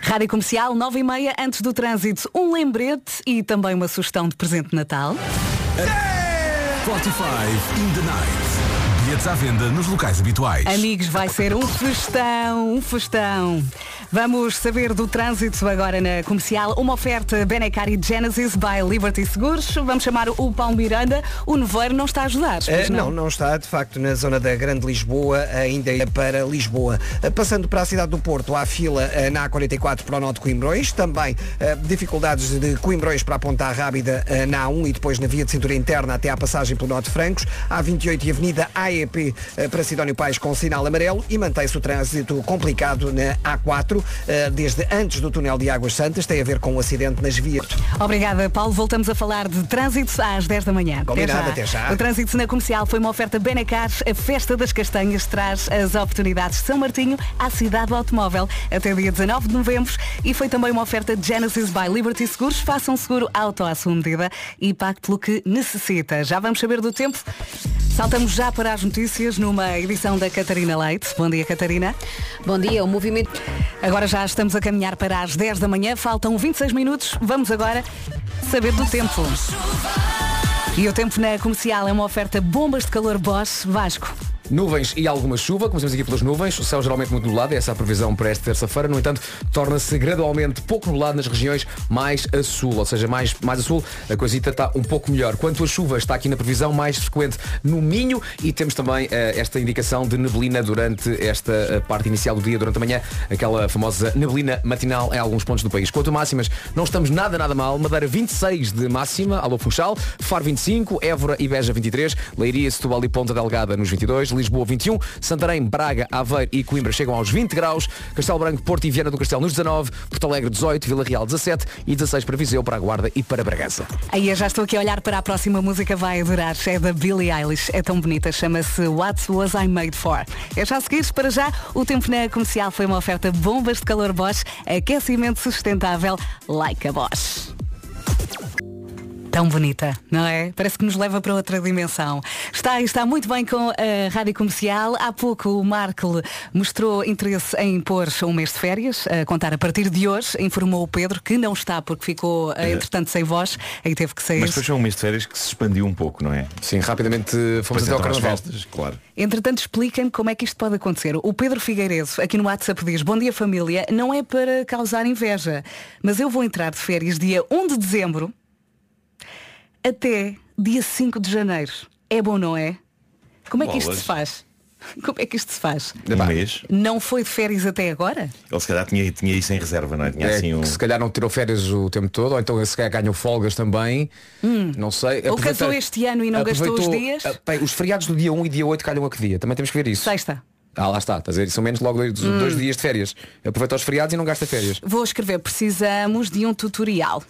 Speaker 1: Rádio Comercial, 9 e meia, antes do trânsito, um lembrete e também uma sugestão de presente de Natal.
Speaker 6: Spotify in the night. Bilhetes à venda nos locais habituais.
Speaker 1: Amigos, vai ser um festão, um festão. Vamos saber do trânsito agora na comercial. Uma oferta Benecar e Genesis by Liberty Seguros. Vamos chamar o Paulo Miranda. O nevoeiro não está a ajudar.
Speaker 5: Eh,
Speaker 1: pois
Speaker 5: não, não está. De facto, na zona da Grande Lisboa, ainda é para Lisboa. Eh, Passando para a cidade do Porto, há fila eh, na A44 para o Nó de Coimbrões. Também eh, dificuldades de Coimbrões para a Ponta Rábida eh, na A1 e depois na via de cintura interna até à passagem pelo Nó de Francos. A28 e Avenida AEP eh, para Sidónio Pais com sinal amarelo e mantém-se o trânsito complicado na A4, eh, desde antes do túnel de Águas Santas. Tem a ver com o acidente nas vias.
Speaker 1: Obrigada, Paulo. Voltamos a falar de trânsito às 10 da manhã.
Speaker 5: Combinado, até já.
Speaker 1: O trânsito na comercial foi uma oferta Benacar. A festa das castanhas traz as oportunidades de São Martinho à cidade do automóvel até dia 19 de novembro e foi também uma oferta de Genesis by Liberty Seguros. Faça um seguro auto à sua medida e pague pelo que necessita. Já vamos saber do tempo. Saltamos já para as notícias numa edição da Catarina Leite. Bom dia, Catarina.
Speaker 10: Bom dia, o movimento.
Speaker 1: Agora já estamos a caminhar para as 10 da manhã, faltam 26 minutos. Vamos agora saber do tempo. E o tempo na comercial é uma oferta bombas de calor Bosch Vasco.
Speaker 11: Nuvens e alguma chuva, começamos aqui pelas nuvens, o céu geralmente muito nublado, essa é a previsão para esta terça-feira, no entanto, torna-se gradualmente pouco nublado nas regiões mais a sul, ou seja, mais, mais a sul, a coisita está um pouco melhor. Quanto à chuva, está aqui na previsão mais frequente no Minho e temos também eh, esta indicação de neblina durante esta eh, parte inicial do dia, durante a manhã, aquela famosa neblina matinal em alguns pontos do país. Quanto a máximas, não estamos nada, nada mal, Madeira 26 de máxima, Alô Funchal, Faro 25, Évora e Beja 23, Leiria, Setúbal e Ponta Delgada nos 22, Lisboa 21, Santarém, Braga, Aveiro e Coimbra chegam aos 20 graus, Castelo Branco, Porto e Viana do Castelo nos 19, Porto Alegre 18, Vila Real 17 e 16 para Viseu, para a Guarda e para Bragança.
Speaker 1: Aí eu já estou aqui a olhar para a próxima música, vai adorar. É da Billie Eilish, é tão bonita, chama-se What Was I Made For. É já a seguir, para já, o tempo na comercial foi uma oferta bombas de calor Bosch, aquecimento sustentável, like a Bosch. Tão bonita, não é? Parece que nos leva para outra dimensão. Está está muito bem com a Rádio Comercial. Há pouco o Markle mostrou interesse em pôr um mês de férias, a contar a partir de hoje, informou o Pedro que não está porque ficou, eh,
Speaker 15: É.
Speaker 1: entretanto, sem voz, aí teve que sair.
Speaker 15: Mas depois foi um mês de férias que se expandiu um pouco, não é?
Speaker 11: Sim, rapidamente fomos até ao Carnaval.
Speaker 15: festas, claro.
Speaker 1: Entretanto, expliquem-me como é que isto pode acontecer. O Pedro Figueiredo, aqui no WhatsApp, diz Bom dia, família. Não é para causar inveja, mas eu vou entrar de férias dia 1 de dezembro até dia 5 de janeiro. É bom, não é? Como é que isto
Speaker 15: Bolas.
Speaker 1: se faz? Como é que isto se faz?
Speaker 15: Um mês.
Speaker 1: Não foi de férias até agora?
Speaker 15: Ele se calhar tinha, tinha isso em reserva, não é? Tinha
Speaker 11: É,
Speaker 15: assim um...
Speaker 11: que se calhar não tirou férias o tempo todo, ou então se calhar ganhou folgas também.
Speaker 1: Hum.
Speaker 11: Não sei.
Speaker 1: Ou casou este ano e não gastou os dias?
Speaker 11: Ah, bem, os feriados do dia 1 e dia 8 calham a que dia? Também temos que ver isso.
Speaker 1: Sexta.
Speaker 11: Ah, lá está. Estás a ver? São menos logo dois,
Speaker 1: Hum.
Speaker 11: dois dias de férias. Aproveita os feriados e não gasta férias.
Speaker 1: Vou escrever, precisamos de um tutorial.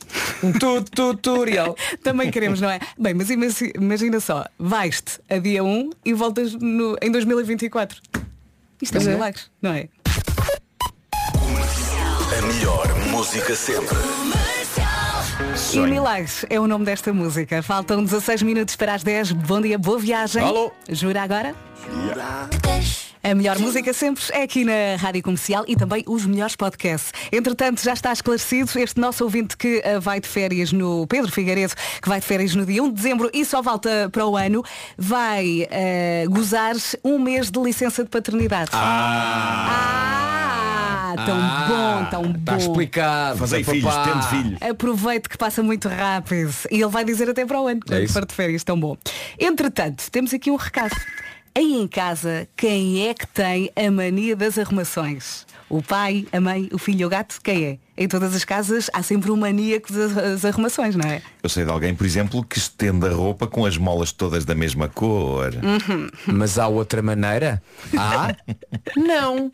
Speaker 11: Um tutorial.
Speaker 1: Também queremos, não é? Bem, mas ima- imagina só, vais-te a dia 1 e voltas no- em 2024. Isto é um
Speaker 6: Pois é.
Speaker 1: milagre, não é?
Speaker 6: A melhor música sempre.
Speaker 1: E Milagres é o nome desta música. Faltam 16 minutos para as 10. Bom dia, boa viagem.
Speaker 6: Alô.
Speaker 1: Jura agora?
Speaker 7: É
Speaker 1: A melhor música sempre é aqui na Rádio Comercial e também os melhores podcasts. Entretanto, já está esclarecido este nosso ouvinte que ah, vai de férias no Pedro Figueiredo, que vai de férias no dia 1 de dezembro e só volta para o ano, vai ah, gozar um mês de licença de paternidade.
Speaker 11: Ah.
Speaker 1: Ah, tão bom, tão bom.
Speaker 11: Está tá explicado.
Speaker 15: Fazei
Speaker 11: papá.
Speaker 15: filhos, tendo filhos.
Speaker 1: Aproveite que passa muito rápido. E ele vai dizer até para o ano, quando
Speaker 11: isso.
Speaker 1: for de férias, tão bom. Entretanto, temos aqui um recado. Aí em casa, quem é que tem a mania das arrumações? O pai, a mãe, o filho ou o gato? Quem é? Em todas as casas há sempre um maníaco das das arrumações, não é?
Speaker 15: Eu sei de alguém, por exemplo, que estende a roupa com as molas todas da mesma cor.
Speaker 1: Uhum.
Speaker 11: Mas há outra maneira? Há?
Speaker 12: Não.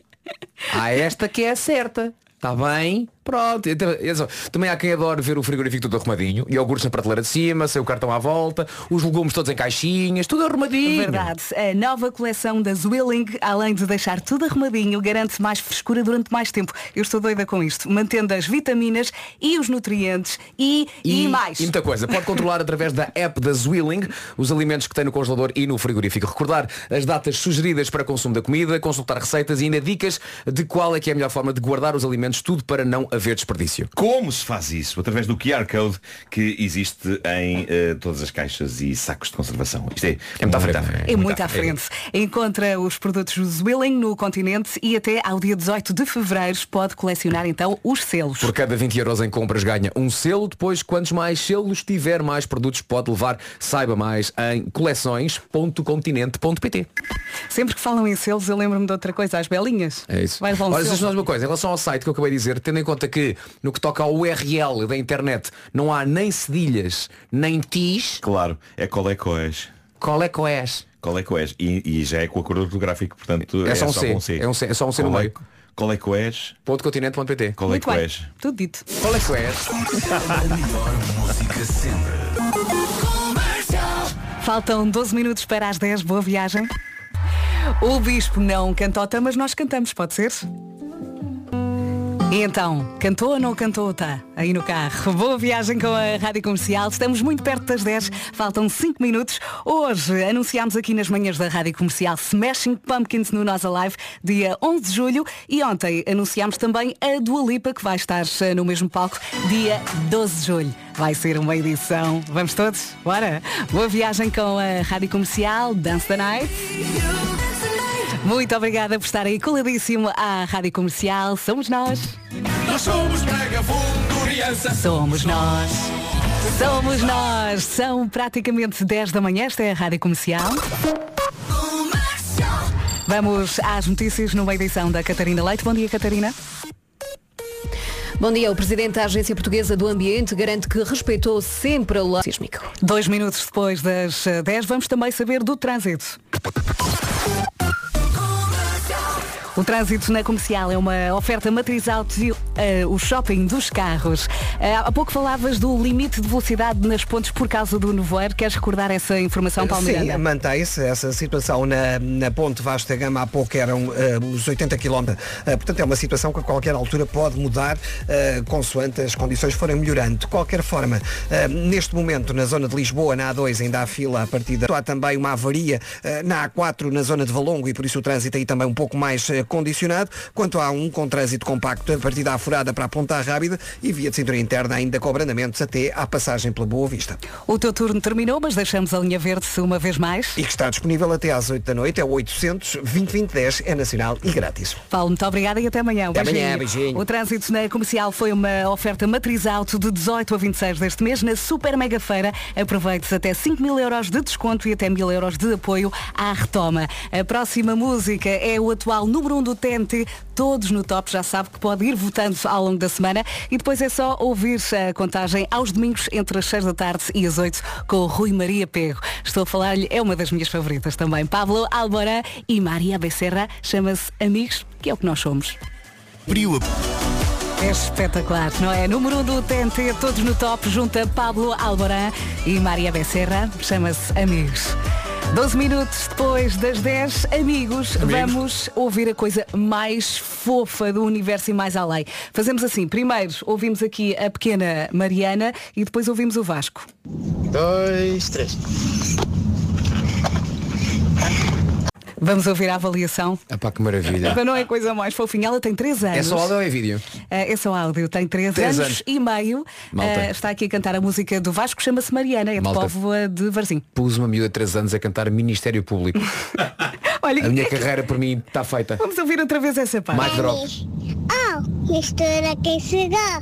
Speaker 11: Há esta que é a certa. Está bem? Pronto. Eu tam- eu só- Também há quem adore ver o frigorífico todo arrumadinho. Iogurtes na prateleira de cima, sem o cartão à volta, os legumes todos em caixinhas, tudo arrumadinho.
Speaker 1: Verdade. A nova coleção da Zwilling, além de deixar tudo arrumadinho, garante mais frescura durante mais tempo. Eu estou doida com isto. Mantendo as vitaminas e os nutrientes e, e, mais.
Speaker 11: muita coisa. Pode controlar através da app da Zwilling os alimentos que tem no congelador e no frigorífico. Recordar as datas sugeridas para consumo da comida, consultar receitas e ainda dicas de qual é que é a melhor forma de guardar os alimentos, tudo para não haver desperdício.
Speaker 15: Como se faz isso? Através do QR Code que existe em eh, todas as caixas e sacos de conservação. Isto é, é muito à frente.
Speaker 1: É muito à frente. Encontra os produtos Zwilling no continente e até ao dia 18 de fevereiro pode colecionar então os selos.
Speaker 11: Por cada 20 euros em compras ganha um selo. Depois, quantos mais selos tiver, mais produtos pode levar. Saiba mais em coleções.continente.pt.
Speaker 1: Sempre que falam em selos, eu lembro-me de outra coisa, as belinhas.
Speaker 11: É isso.
Speaker 1: Vai levar um
Speaker 11: Olha,
Speaker 1: selo.
Speaker 11: diz-nos uma coisa, em relação ao site que eu acabei de dizer, tendo em conta que no que toca ao URL da internet não há nem cedilhas, nem tis,
Speaker 15: Claro, é colecoes.
Speaker 11: qual é que és?
Speaker 15: Colecoes. E, e já é com acordo ortográfico, portanto
Speaker 11: É só um C. É um C, é só um C no
Speaker 15: Cole-
Speaker 11: meio.
Speaker 15: é Colecoes.
Speaker 11: Continente.pt.
Speaker 15: é
Speaker 1: Muito bem.
Speaker 15: Colecoes.
Speaker 1: Tudo dito.
Speaker 11: Qual é que és?
Speaker 6: Música sempre.
Speaker 1: Faltam 12 minutos para as 10. Boa viagem. O Bispo não cantota, mas nós cantamos, pode ser? E então, cantou ou não cantou, tá? Aí no carro. Boa viagem com a Rádio Comercial. Estamos muito perto das 10, faltam 5 minutos. Hoje anunciámos aqui nas manhãs da Rádio Comercial Smashing Pumpkins no Nossa Live, dia 11 de julho. E ontem anunciámos também a Dua Lipa, que vai estar eh, no mesmo palco, dia 12 de julho. Vai ser uma edição. Vamos todos? Bora! Boa viagem com a Rádio Comercial, Dance the Night. Muito obrigada por estar aí coladíssimo à Rádio Comercial. Somos nós.
Speaker 9: Nós somos Braga Fundoriança.
Speaker 1: Somos nós. Somos nós. São praticamente 10 da manhã. Esta é a Rádio Comercial. Vamos às notícias numa edição da Catarina Leite. Bom dia, Catarina.
Speaker 10: Bom dia, o presidente da Agência Portuguesa do Ambiente garante que respeitou sempre a lei sísmica.
Speaker 1: Dois minutos depois das eh, 10, vamos também saber do trânsito. O trânsito na comercial é uma oferta matriz alto e eh, o shopping dos carros. Eh, há pouco falavas do limite de velocidade nas pontes por causa do nevoeiro. Queres recordar essa
Speaker 2: Eh,
Speaker 1: informação, Paulo
Speaker 5: Eh, Sim,
Speaker 2: é
Speaker 1: Miranda?
Speaker 5: mantém-se essa situação na, na ponte Vasta Gama há pouco eram eh, os 80 km. Eh, portanto, é uma situação que a qualquer altura pode mudar eh, consoante as condições forem melhorando. De qualquer forma, eh, neste momento na zona de Lisboa, na A2, ainda há fila a partir da... Há também uma avaria eh, na A4, na zona de Valongo, e por isso o trânsito aí também um pouco mais eh, condicionado. Quanto a um com trânsito compacto a partir da Afurada para a Ponta Rábida e via de cintura interna ainda com abrandamentos até à passagem pela Boa Vista.
Speaker 1: O teu turno terminou, mas deixamos a linha verde uma vez mais.
Speaker 5: E que está disponível até às 8 da noite, é o 800 2010 é nacional e grátis.
Speaker 1: Paulo, muito obrigada e até amanhã. Um
Speaker 5: Até amanhã, beijinho.
Speaker 1: O trânsito na comercial foi uma oferta matriz alto de 18 a 26 deste mês na Super Mega Feira. Aproveite até 5 mil euros de desconto e até mil euros de apoio à retoma. A próxima música é o atual número 1 um do TNT. Todos no top já sabe que pode ir votando ao longo da semana e depois é só ouvir a contagem aos domingos entre as 6 da tarde e as 8 com o Rui Maria Pego. Estou a falar-lhe, é uma das minhas favoritas também. Pablo Alborã e Maria Becerra chama-se Amigos, que é o que nós somos. É espetacular, não é? Número 1 um do TNT, todos no top, junta Pablo Alborã e Maria Becerra, chama-se Amigos. 12 minutos depois das 10, amigos, vamos ouvir a coisa mais fofa do universo e mais além. Fazemos assim, primeiro ouvimos aqui a pequena Mariana e depois ouvimos o Vasco.
Speaker 19: Dois, três.
Speaker 1: Vamos ouvir a avaliação.
Speaker 11: Epá, que maravilha.
Speaker 1: Não é a coisa mais fofinha, ela tem 3 anos.
Speaker 11: É só áudio ou é vídeo?
Speaker 1: Ah, Esse é o áudio, tem 3
Speaker 11: Três
Speaker 1: anos,
Speaker 11: anos.
Speaker 1: e meio.
Speaker 11: Malta.
Speaker 1: Ah, está aqui a cantar a música do Vasco, chama-se Mariana, é de
Speaker 11: Malta.
Speaker 1: Póvoa de Varzim.
Speaker 11: Pus uma miúda de 3 anos a cantar Ministério Público.
Speaker 1: Olha,
Speaker 11: a minha carreira por mim está feita.
Speaker 1: Vamos ouvir outra vez essa parte.
Speaker 11: Mic drop.
Speaker 7: Ah, mistura quem chegar.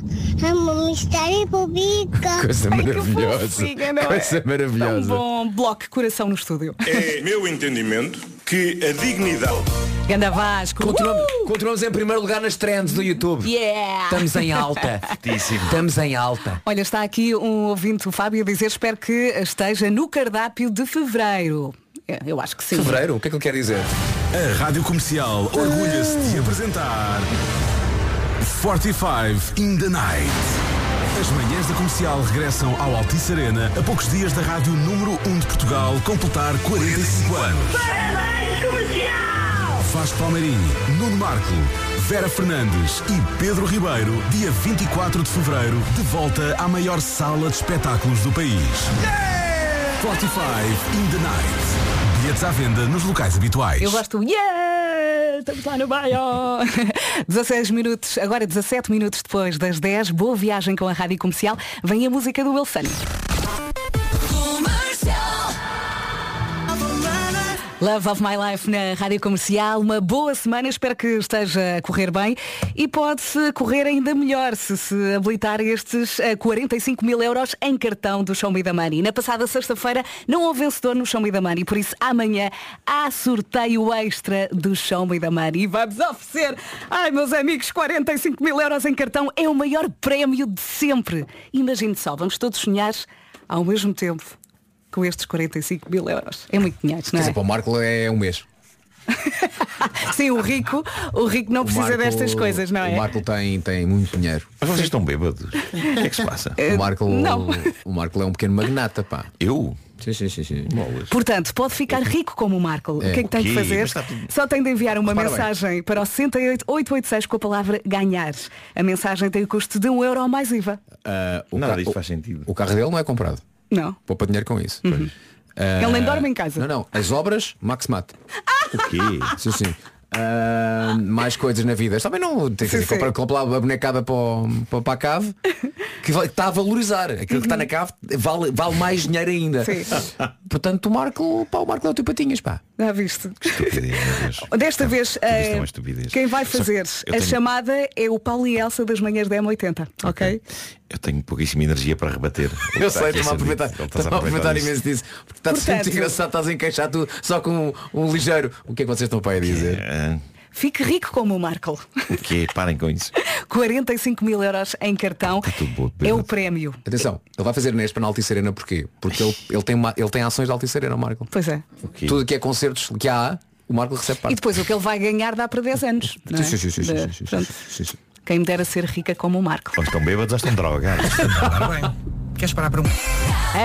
Speaker 7: Amo mistério pública.
Speaker 11: Coisa maravilhosa.
Speaker 1: fofinha, não é?
Speaker 11: Coisa maravilhosa.
Speaker 1: Bom bloco, coração no estúdio.
Speaker 20: É meu entendimento que a dignidade.
Speaker 1: Ganda Vasco. Uh!
Speaker 11: Continuamos, continuamos em primeiro lugar nas trends do YouTube.
Speaker 1: Yeah!
Speaker 11: Estamos em alta. Estamos em alta.
Speaker 1: Olha, está aqui um ouvinte, o Fábio, a dizer espero que esteja no cardápio de fevereiro. É, Eu acho que sim.
Speaker 11: Fevereiro, o que é que ele quer dizer?
Speaker 6: A Rádio Comercial orgulha-se de apresentar 45 in the Night. As manhãs da comercial regressam ao Altice Arena a poucos dias da rádio número 1 de Portugal completar 45 anos.
Speaker 9: Parabéns, comercial!
Speaker 6: Vasco Palmeirinho, Nuno Marco, Vera Fernandes e Pedro Ribeiro, dia 24 de fevereiro, de volta à maior sala de espetáculos do país. 45 in the Night. Bilhetes à venda nos locais habituais.
Speaker 1: Eu gosto, yeah! Estamos lá no bairro! 16 minutos, agora 17 minutos depois das 10, boa viagem com a Rádio Comercial. Vem a música do Wilson. Love of My Life na Rádio Comercial. Uma boa semana, espero que esteja a correr bem e pode-se correr ainda melhor se se habilitar estes eh, 45 mil euros em cartão do Show Me the Money. Na passada sexta-feira não houve vencedor no Show Me the Money, por isso amanhã há sorteio extra do Show Me the Money e vamos oferecer, ai meus amigos, 45 mil euros em cartão é o maior prémio de sempre. Imagine só, vamos todos sonhar ao mesmo tempo com estes 45 mil euros. É muito dinheiro,
Speaker 11: Quer
Speaker 1: não é?
Speaker 11: dizer, para o Marco é um mês.
Speaker 1: Sim, o rico, o rico não
Speaker 11: O
Speaker 1: precisa
Speaker 11: Marco-
Speaker 1: destas coisas, não é?
Speaker 11: O Marco tem, tem muito dinheiro. Mas vocês estão bêbados. O
Speaker 1: que é que se passa?
Speaker 11: O Marco,
Speaker 1: Não.
Speaker 11: O Marco é um pequeno magnata, pá. Eu? Sim, sim, sim. sim.
Speaker 1: Portanto, pode ficar rico como o Marco.
Speaker 11: É.
Speaker 1: O que é que tem de
Speaker 11: Ok,
Speaker 1: fazer?
Speaker 11: mas está tudo-
Speaker 1: Só tem de enviar uma
Speaker 11: Repara bem.
Speaker 1: mensagem para o 68886 com a palavra ganhar. A mensagem tem o custo de um euro mais IVA.
Speaker 11: Ah, o Nada disto faz sentido. O carro dele não é comprado.
Speaker 1: Não.
Speaker 11: Poupa dinheiro com isso.
Speaker 1: Uhum.
Speaker 11: Ah,
Speaker 1: Ele nem dorme em casa.
Speaker 11: Não, não. As obras, Max Mate. O quê? Sim, sim. Ah, mais coisas na vida. Também não tem que
Speaker 1: Sim,
Speaker 11: dizer,
Speaker 1: sim.
Speaker 11: comprar, comprar a bonecada para, o- para, para a cave que vai- está a valorizar. Aquilo que
Speaker 5: Uhum.
Speaker 11: está na cave vale, vale mais dinheiro ainda.
Speaker 1: Sim.
Speaker 11: Portanto, o Marco, pá, o Marco é o teu patinhas, pá.
Speaker 1: Já viste?
Speaker 11: é
Speaker 1: Desta vez, eh, quem vai fazer
Speaker 15: Só
Speaker 1: a
Speaker 15: que eu tenho-
Speaker 1: chamada é o Paulo e a Elsa das manhãs da M80, ok?
Speaker 15: Eu tenho pouquíssima energia para rebater.
Speaker 11: Eu sei, estou-me a aproveitar, estou-me a aproveitar imenso disso. Porque está-te
Speaker 1: Portanto-
Speaker 11: muito engraçado, estás a encaixar tu só com um, um ligeiro. O que é que vocês estão para aí dizer?
Speaker 1: Fique rico como o Marco.
Speaker 11: O quê? Parem com isso.
Speaker 1: 45 mil euros em cartão
Speaker 11: Tá
Speaker 1: é o prémio.
Speaker 11: Atenção, ele vai fazer neste para na Altice Arena porquê? Porque ele, ele, tem, uma- ele tem ações da Altice Arena, o Marco.
Speaker 1: Pois é.
Speaker 11: Tudo que é concertos que há, o Marco recebe parte.
Speaker 1: E depois o que ele vai ganhar dá para 10 anos. não é?
Speaker 11: Sim, sim, sim, sim,
Speaker 1: De-
Speaker 11: sim, sim,
Speaker 1: pronto.
Speaker 11: sim, sim.
Speaker 1: Quem me dera ser rica como o Marco.
Speaker 15: Ou estão bêbados ou estão drogados.
Speaker 5: Queres parar para um.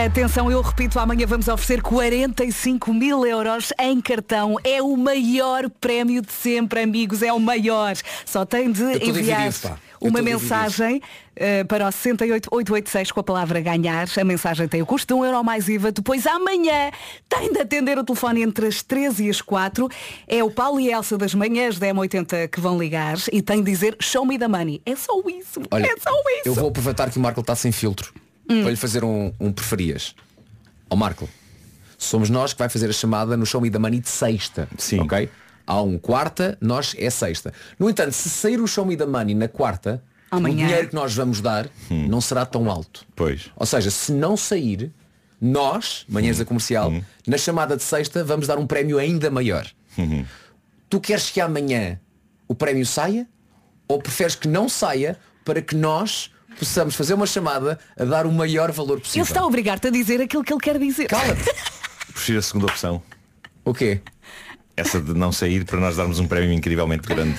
Speaker 1: Atenção, eu repito, amanhã vamos oferecer 45 mil euros em cartão. É o maior prémio de sempre, amigos. É o maior. Só tem de
Speaker 11: tô
Speaker 1: enviar
Speaker 11: dividido, pá. Eu
Speaker 1: uma
Speaker 11: tô dividido.
Speaker 1: mensagem eh, para o 68886 com a palavra ganhar. A mensagem tem o custo de um euro mais IVA. Depois, amanhã, tem de atender o telefone entre as 13 e as 4. É o Paulo e a Elsa das manhãs da M80 que vão ligar e tem de dizer show me the money. É só isso.
Speaker 11: Olha,
Speaker 1: é só isso.
Speaker 11: eu vou aproveitar que o Marco está sem filtro
Speaker 1: Hum.
Speaker 11: para lhe fazer um, um preferias. Ó Marco, somos nós que vai fazer a chamada no Show Me da Money de sexta. Sim. Ok? Há um quarta, nós é sexta. No entanto, se sair o Show Me da Money na quarta,
Speaker 1: Amanhã.
Speaker 11: o dinheiro que nós vamos dar não será tão alto. Hum. Pois. Hum. Ou seja, se não sair, nós, manhãs da comercial, na chamada de sexta, vamos dar um prémio ainda maior. Tu queres que amanhã o prémio saia? Ou preferes que não saia para que nós possamos fazer uma chamada a dar o maior valor
Speaker 1: Ele
Speaker 11: possível?
Speaker 1: está a obrigar-te a dizer aquilo que ele quer dizer.
Speaker 11: Cala-te.
Speaker 15: Prefiro a segunda opção.
Speaker 11: O quê?
Speaker 15: Essa de não sair para nós darmos um prémio incrivelmente grande.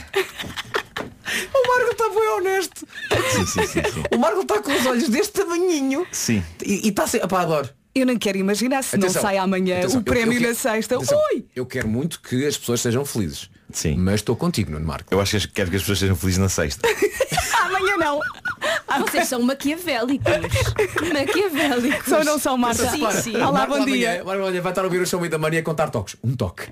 Speaker 11: O Marco está bem honesto.
Speaker 15: Sim, sim, sim. sim.
Speaker 11: O Marco está com os olhos deste tamanhinho.
Speaker 15: Sim.
Speaker 11: E e está sem. Apá, adoro.
Speaker 1: Eu não quero imaginar se
Speaker 11: Atenção,
Speaker 1: não sai amanhã
Speaker 11: atenção,
Speaker 1: o
Speaker 11: eu
Speaker 1: prémio
Speaker 11: quero-
Speaker 1: na sexta.
Speaker 11: atenção,
Speaker 1: Ui!
Speaker 11: Eu quero muito que as pessoas sejam felizes. Sim. Mas estou contigo, Nuno Marco.
Speaker 15: Eu acho que quero que as pessoas sejam felizes na sexta.
Speaker 1: Amanhã não.
Speaker 21: Ah, Vocês são maquiavélicos. maquiavélicos.
Speaker 1: Só não são, Marta.
Speaker 21: Sim,
Speaker 1: Repara,
Speaker 21: sim.
Speaker 1: Olá,
Speaker 11: Marco
Speaker 1: bom
Speaker 11: amanhã-
Speaker 1: dia.
Speaker 11: Marco amanhã vai estar a ouvir o show da Maria contar toques. Um toque.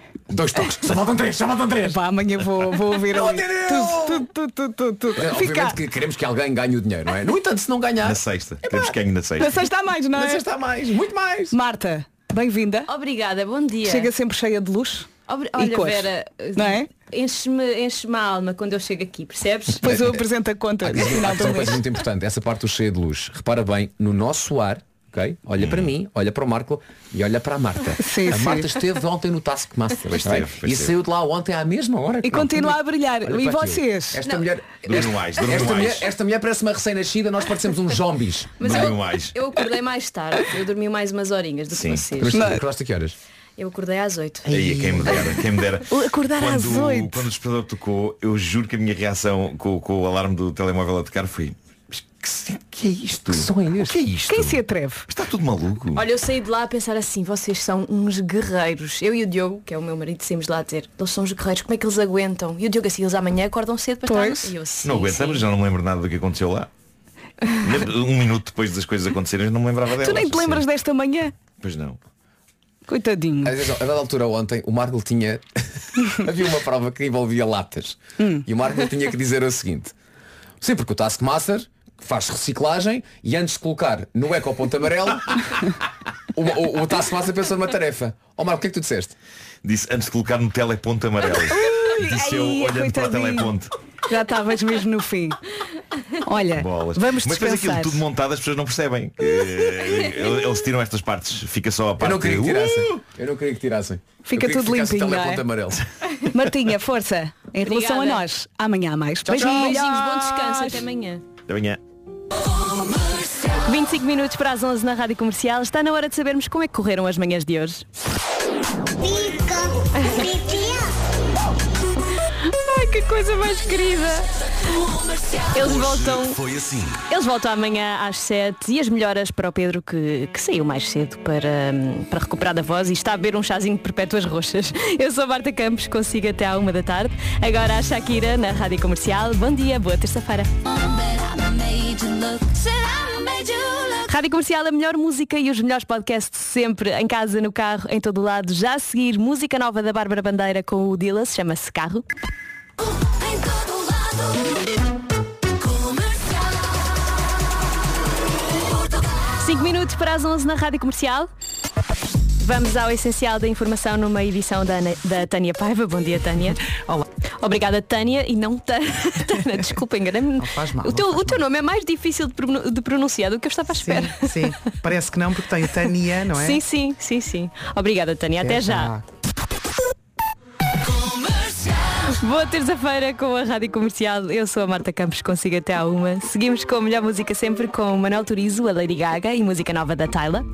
Speaker 11: Dois toques. Só faltam três, só faltam três.
Speaker 1: Pá, amanhã vou, vou ouvir
Speaker 11: Não,
Speaker 1: ali. Tudo, tudo, tudo, tudo, tudo.
Speaker 11: Mas,
Speaker 1: Fica.
Speaker 11: É, Obviamente que queremos que alguém ganhe o dinheiro, não é? No entanto, se não ganhar. Na
Speaker 15: sexta. Queremos que ganhe na
Speaker 1: Na sexta há mais, não é?
Speaker 21: Na sexta há
Speaker 11: mais, muito mais.
Speaker 1: Marta, bem-vinda.
Speaker 21: Obrigada, bom dia.
Speaker 1: Chega sempre cheia de luz.
Speaker 21: Obri-
Speaker 1: e
Speaker 21: Olha,
Speaker 1: cor.
Speaker 21: Vera,
Speaker 1: Não é?
Speaker 21: enche-me enche a alma quando eu chego aqui, percebes?
Speaker 1: Pois eu apresento a conta. no
Speaker 11: Há
Speaker 1: final
Speaker 11: aqui é uma
Speaker 1: do
Speaker 11: coisa
Speaker 1: mês.
Speaker 11: muito importante, essa parte do cheio de luz. Repara bem, no nosso ar, ok? Olha
Speaker 15: Hum.
Speaker 11: para mim, olha para o Marco e olha para a Marta.
Speaker 1: Sim,
Speaker 11: a
Speaker 1: sim.
Speaker 11: Marta esteve ontem no Taskmaster.
Speaker 1: Pois
Speaker 11: não é?
Speaker 1: esteve, pois
Speaker 11: e
Speaker 1: esteve.
Speaker 11: saiu de lá ontem à mesma hora.
Speaker 1: E
Speaker 11: que nós.
Speaker 1: continua a brilhar.
Speaker 11: Olha
Speaker 1: E
Speaker 11: para aquilo.
Speaker 1: vocês?
Speaker 11: Esta
Speaker 1: Não.
Speaker 11: mulher.
Speaker 15: Durmam
Speaker 11: esta-
Speaker 15: mais, durmam
Speaker 11: esta,
Speaker 15: mais.
Speaker 11: mulher, esta mulher parece uma recém-nascida, nós parecemos uns zombies.
Speaker 21: Mas eu, eu acordei mais tarde, eu dormi mais umas horinhas do que vocês.
Speaker 11: Acordaste a que horas?
Speaker 21: Eu acordei às 8.
Speaker 15: Aí, quem me dera, quem me dera.
Speaker 21: O acordar
Speaker 15: quando,
Speaker 21: às oito.
Speaker 15: Quando o despertador tocou, eu juro que a minha reação com, com o alarme do telemóvel a tocar foi "Mas que, se- que é isto? Que
Speaker 11: som é
Speaker 15: este? Que é isto?
Speaker 21: Quem se atreve?
Speaker 15: Está tudo maluco.
Speaker 21: Olha, eu saí de lá a pensar assim, vocês são uns guerreiros. Eu e o Diogo, que é o meu marido, saímos de lá a dizer, eles são uns guerreiros, como é que eles aguentam? E o Diogo assim, eles amanhã acordam cedo para estar. E eu sim.
Speaker 15: não aguentamos, já não me lembro nada do que aconteceu lá. Nem- Um minuto depois das coisas acontecerem, eu não me lembrava delas.
Speaker 1: Tu nem te lembras desta manhã?
Speaker 15: Pois não.
Speaker 1: Coitadinho.
Speaker 11: A dada altura ontem, o Marco tinha Havia uma prova que envolvia latas.
Speaker 1: Hum.
Speaker 11: E o Marco tinha que dizer o seguinte. Sim, porque o Taskmaster faz reciclagem e antes de colocar no eco ao ponto amarelo, o, o, o Taskmaster pensou numa tarefa. Ó Marco, o que é que tu disseste?
Speaker 15: Disse antes de colocar no teleponto amarelo. Disse
Speaker 3: é
Speaker 15: eu
Speaker 1: ai,
Speaker 15: olhando para o
Speaker 1: coitadinho.
Speaker 15: teleponto.
Speaker 1: Já estavas mesmo no fim. Olha,
Speaker 15: Bolas.
Speaker 1: vamos
Speaker 15: Mas depois aquilo
Speaker 1: dispensar.
Speaker 15: tudo montado as pessoas não percebem. Eh, Eles tiram estas partes, fica só a parte.
Speaker 11: não queria que
Speaker 15: Uh!
Speaker 11: tirassem. Eu não queria que tirassem.
Speaker 1: Fica
Speaker 11: Eu queria
Speaker 1: tudo
Speaker 11: que ficasse
Speaker 1: limpinho,
Speaker 11: teleponto
Speaker 1: não é?
Speaker 11: amarelo.
Speaker 1: Martinha, força. Em relação a
Speaker 21: Obrigada.
Speaker 1: nós, amanhã há mais.
Speaker 21: Beijinhos,
Speaker 1: Beijinhos.
Speaker 21: bom descanso, até amanhã.
Speaker 15: Até amanhã.
Speaker 3: 25 minutos para as 11 na Rádio Comercial. Está na hora de sabermos como é que correram as manhãs de hoje. Ai, que coisa mais querida. Eles voltam,
Speaker 6: Foi assim.
Speaker 3: eles voltam amanhã às 7 e as melhoras para o Pedro que, que saiu mais cedo para, hum, para recuperar da voz e está a beber um chazinho de perpétuas roxas. Eu sou a Marta Campos, consigo até à 1 da tarde. Agora a Shakira na Rádio Comercial. Bom dia, boa terça-feira. Rádio Comercial, a melhor música e os melhores podcasts sempre, em casa, no carro, em todo o lado. Já a seguir, música nova da Bárbara Bandeira com o Dilla, se chama-se Carro. Cinco minutos para as 11 na Rádio Comercial. Vamos ao essencial da informação numa edição da, Ana- da Tânia Paiva. Bom dia, Tânia. Olá. Obrigada, Tânia, e não Tana. Tana, desculpa, enganei-me.
Speaker 22: faz mal,
Speaker 3: O
Speaker 22: não
Speaker 3: teu, o teu nome é mais difícil de pronun- de pronunciar do que eu estava à espera.
Speaker 22: Sim, parece que não, porque tem o Tania, não é?
Speaker 3: Sim, sim, sim, sim. Obrigada, Tânia. Até,
Speaker 22: Até
Speaker 3: já. Boa terça-feira com a Rádio Comercial. Eu sou a Marta Campos, consigo até à uma. Seguimos com a melhor música sempre com o Manuel Turizo, a Lady Gaga e música nova da Tyla.